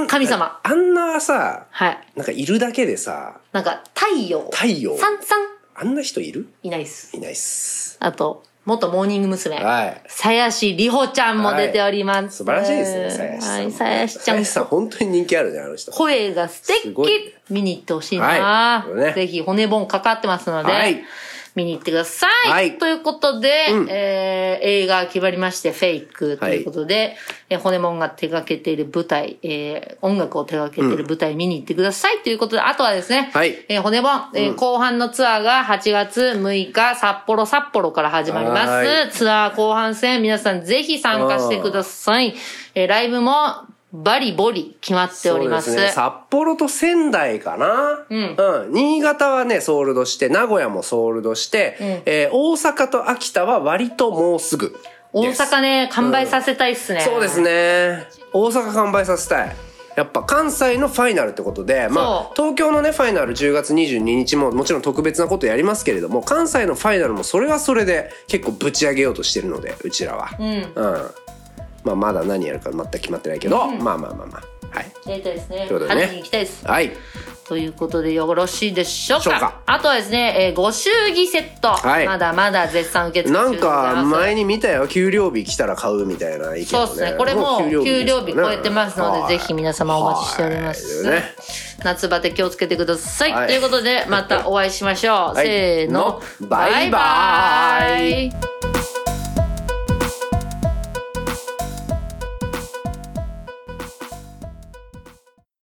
[SPEAKER 3] あん、
[SPEAKER 2] 神様
[SPEAKER 3] ああんなさ、
[SPEAKER 2] はい。
[SPEAKER 3] なんかいるだけでさ、
[SPEAKER 2] なんか、太陽。
[SPEAKER 3] 太陽
[SPEAKER 2] さんさん
[SPEAKER 3] あんな人いる
[SPEAKER 2] いないっす。
[SPEAKER 3] いないっす。
[SPEAKER 2] あと、元モーニング娘。
[SPEAKER 3] はい
[SPEAKER 2] 鞘師里穂ちゃんも出ております。
[SPEAKER 3] 素晴らしいですね、さやしさん。
[SPEAKER 2] はい、鞘師ちゃん
[SPEAKER 3] 鞘。師さん、本当に人気あるね、あの人。
[SPEAKER 2] 声が素敵
[SPEAKER 3] すごい
[SPEAKER 2] 見に行ってほしいな、
[SPEAKER 3] はいね
[SPEAKER 2] ぜひ骨盆かかってますので、
[SPEAKER 3] はい
[SPEAKER 2] 見に行ってください、
[SPEAKER 3] はい
[SPEAKER 2] ということで、
[SPEAKER 3] うん
[SPEAKER 2] えー映画決まりまして、フェイクということで、えー骨盆が手掛けている舞台、えー音楽を手掛けている舞台見に行ってください、ということで、あとはですね、
[SPEAKER 3] はい
[SPEAKER 2] えー骨盆、えー後半のツアーが8月6日、札幌、札幌から始まります。
[SPEAKER 3] は
[SPEAKER 2] ツアー後半戦、皆さんぜひ参加してください。えーライブも、バリボリ決まっております。
[SPEAKER 3] そうですね。札幌と仙台かな、うん、新潟はね、ソールドして、名古屋もソールドして、えー大阪と秋田は割ともうすぐです。
[SPEAKER 2] 大阪ね、完売させたいっすね。
[SPEAKER 3] そうです。ね。大阪完売させたい。やっぱ関西のファイナルってことで、まあ
[SPEAKER 2] そ、う
[SPEAKER 3] 東京のね、ファイナル10月22日ももちろん特別なことやりますけれども、関西のファイナルもそれはそれで結構ぶち上げようとしてるので、うちらは。うん。まあ、まだ何やるか全く決まってないけど、まあまあまあまあ。はい。
[SPEAKER 2] やりたいですね。
[SPEAKER 3] ということでね
[SPEAKER 2] 春に行きたいです。
[SPEAKER 3] はい。
[SPEAKER 2] ということでよろしいでしょうか。
[SPEAKER 3] しょうか
[SPEAKER 2] あとはですね、えーご祝儀セット、
[SPEAKER 3] はい
[SPEAKER 2] まだまだ絶賛受付中
[SPEAKER 3] な
[SPEAKER 2] で
[SPEAKER 3] ん
[SPEAKER 2] ござい
[SPEAKER 3] か
[SPEAKER 2] ます。
[SPEAKER 3] 前に見たよ給料日来たら買うみたいな意見
[SPEAKER 2] そう
[SPEAKER 3] を
[SPEAKER 2] ですね。これもう給料日超えてますので、ぜひ皆様お待ちしております。
[SPEAKER 3] はい
[SPEAKER 2] 夏バテ気をつけてください。
[SPEAKER 3] はい
[SPEAKER 2] ということで、またお会いしましょう。
[SPEAKER 3] はい
[SPEAKER 2] せーの、
[SPEAKER 3] バイバイ
[SPEAKER 2] イ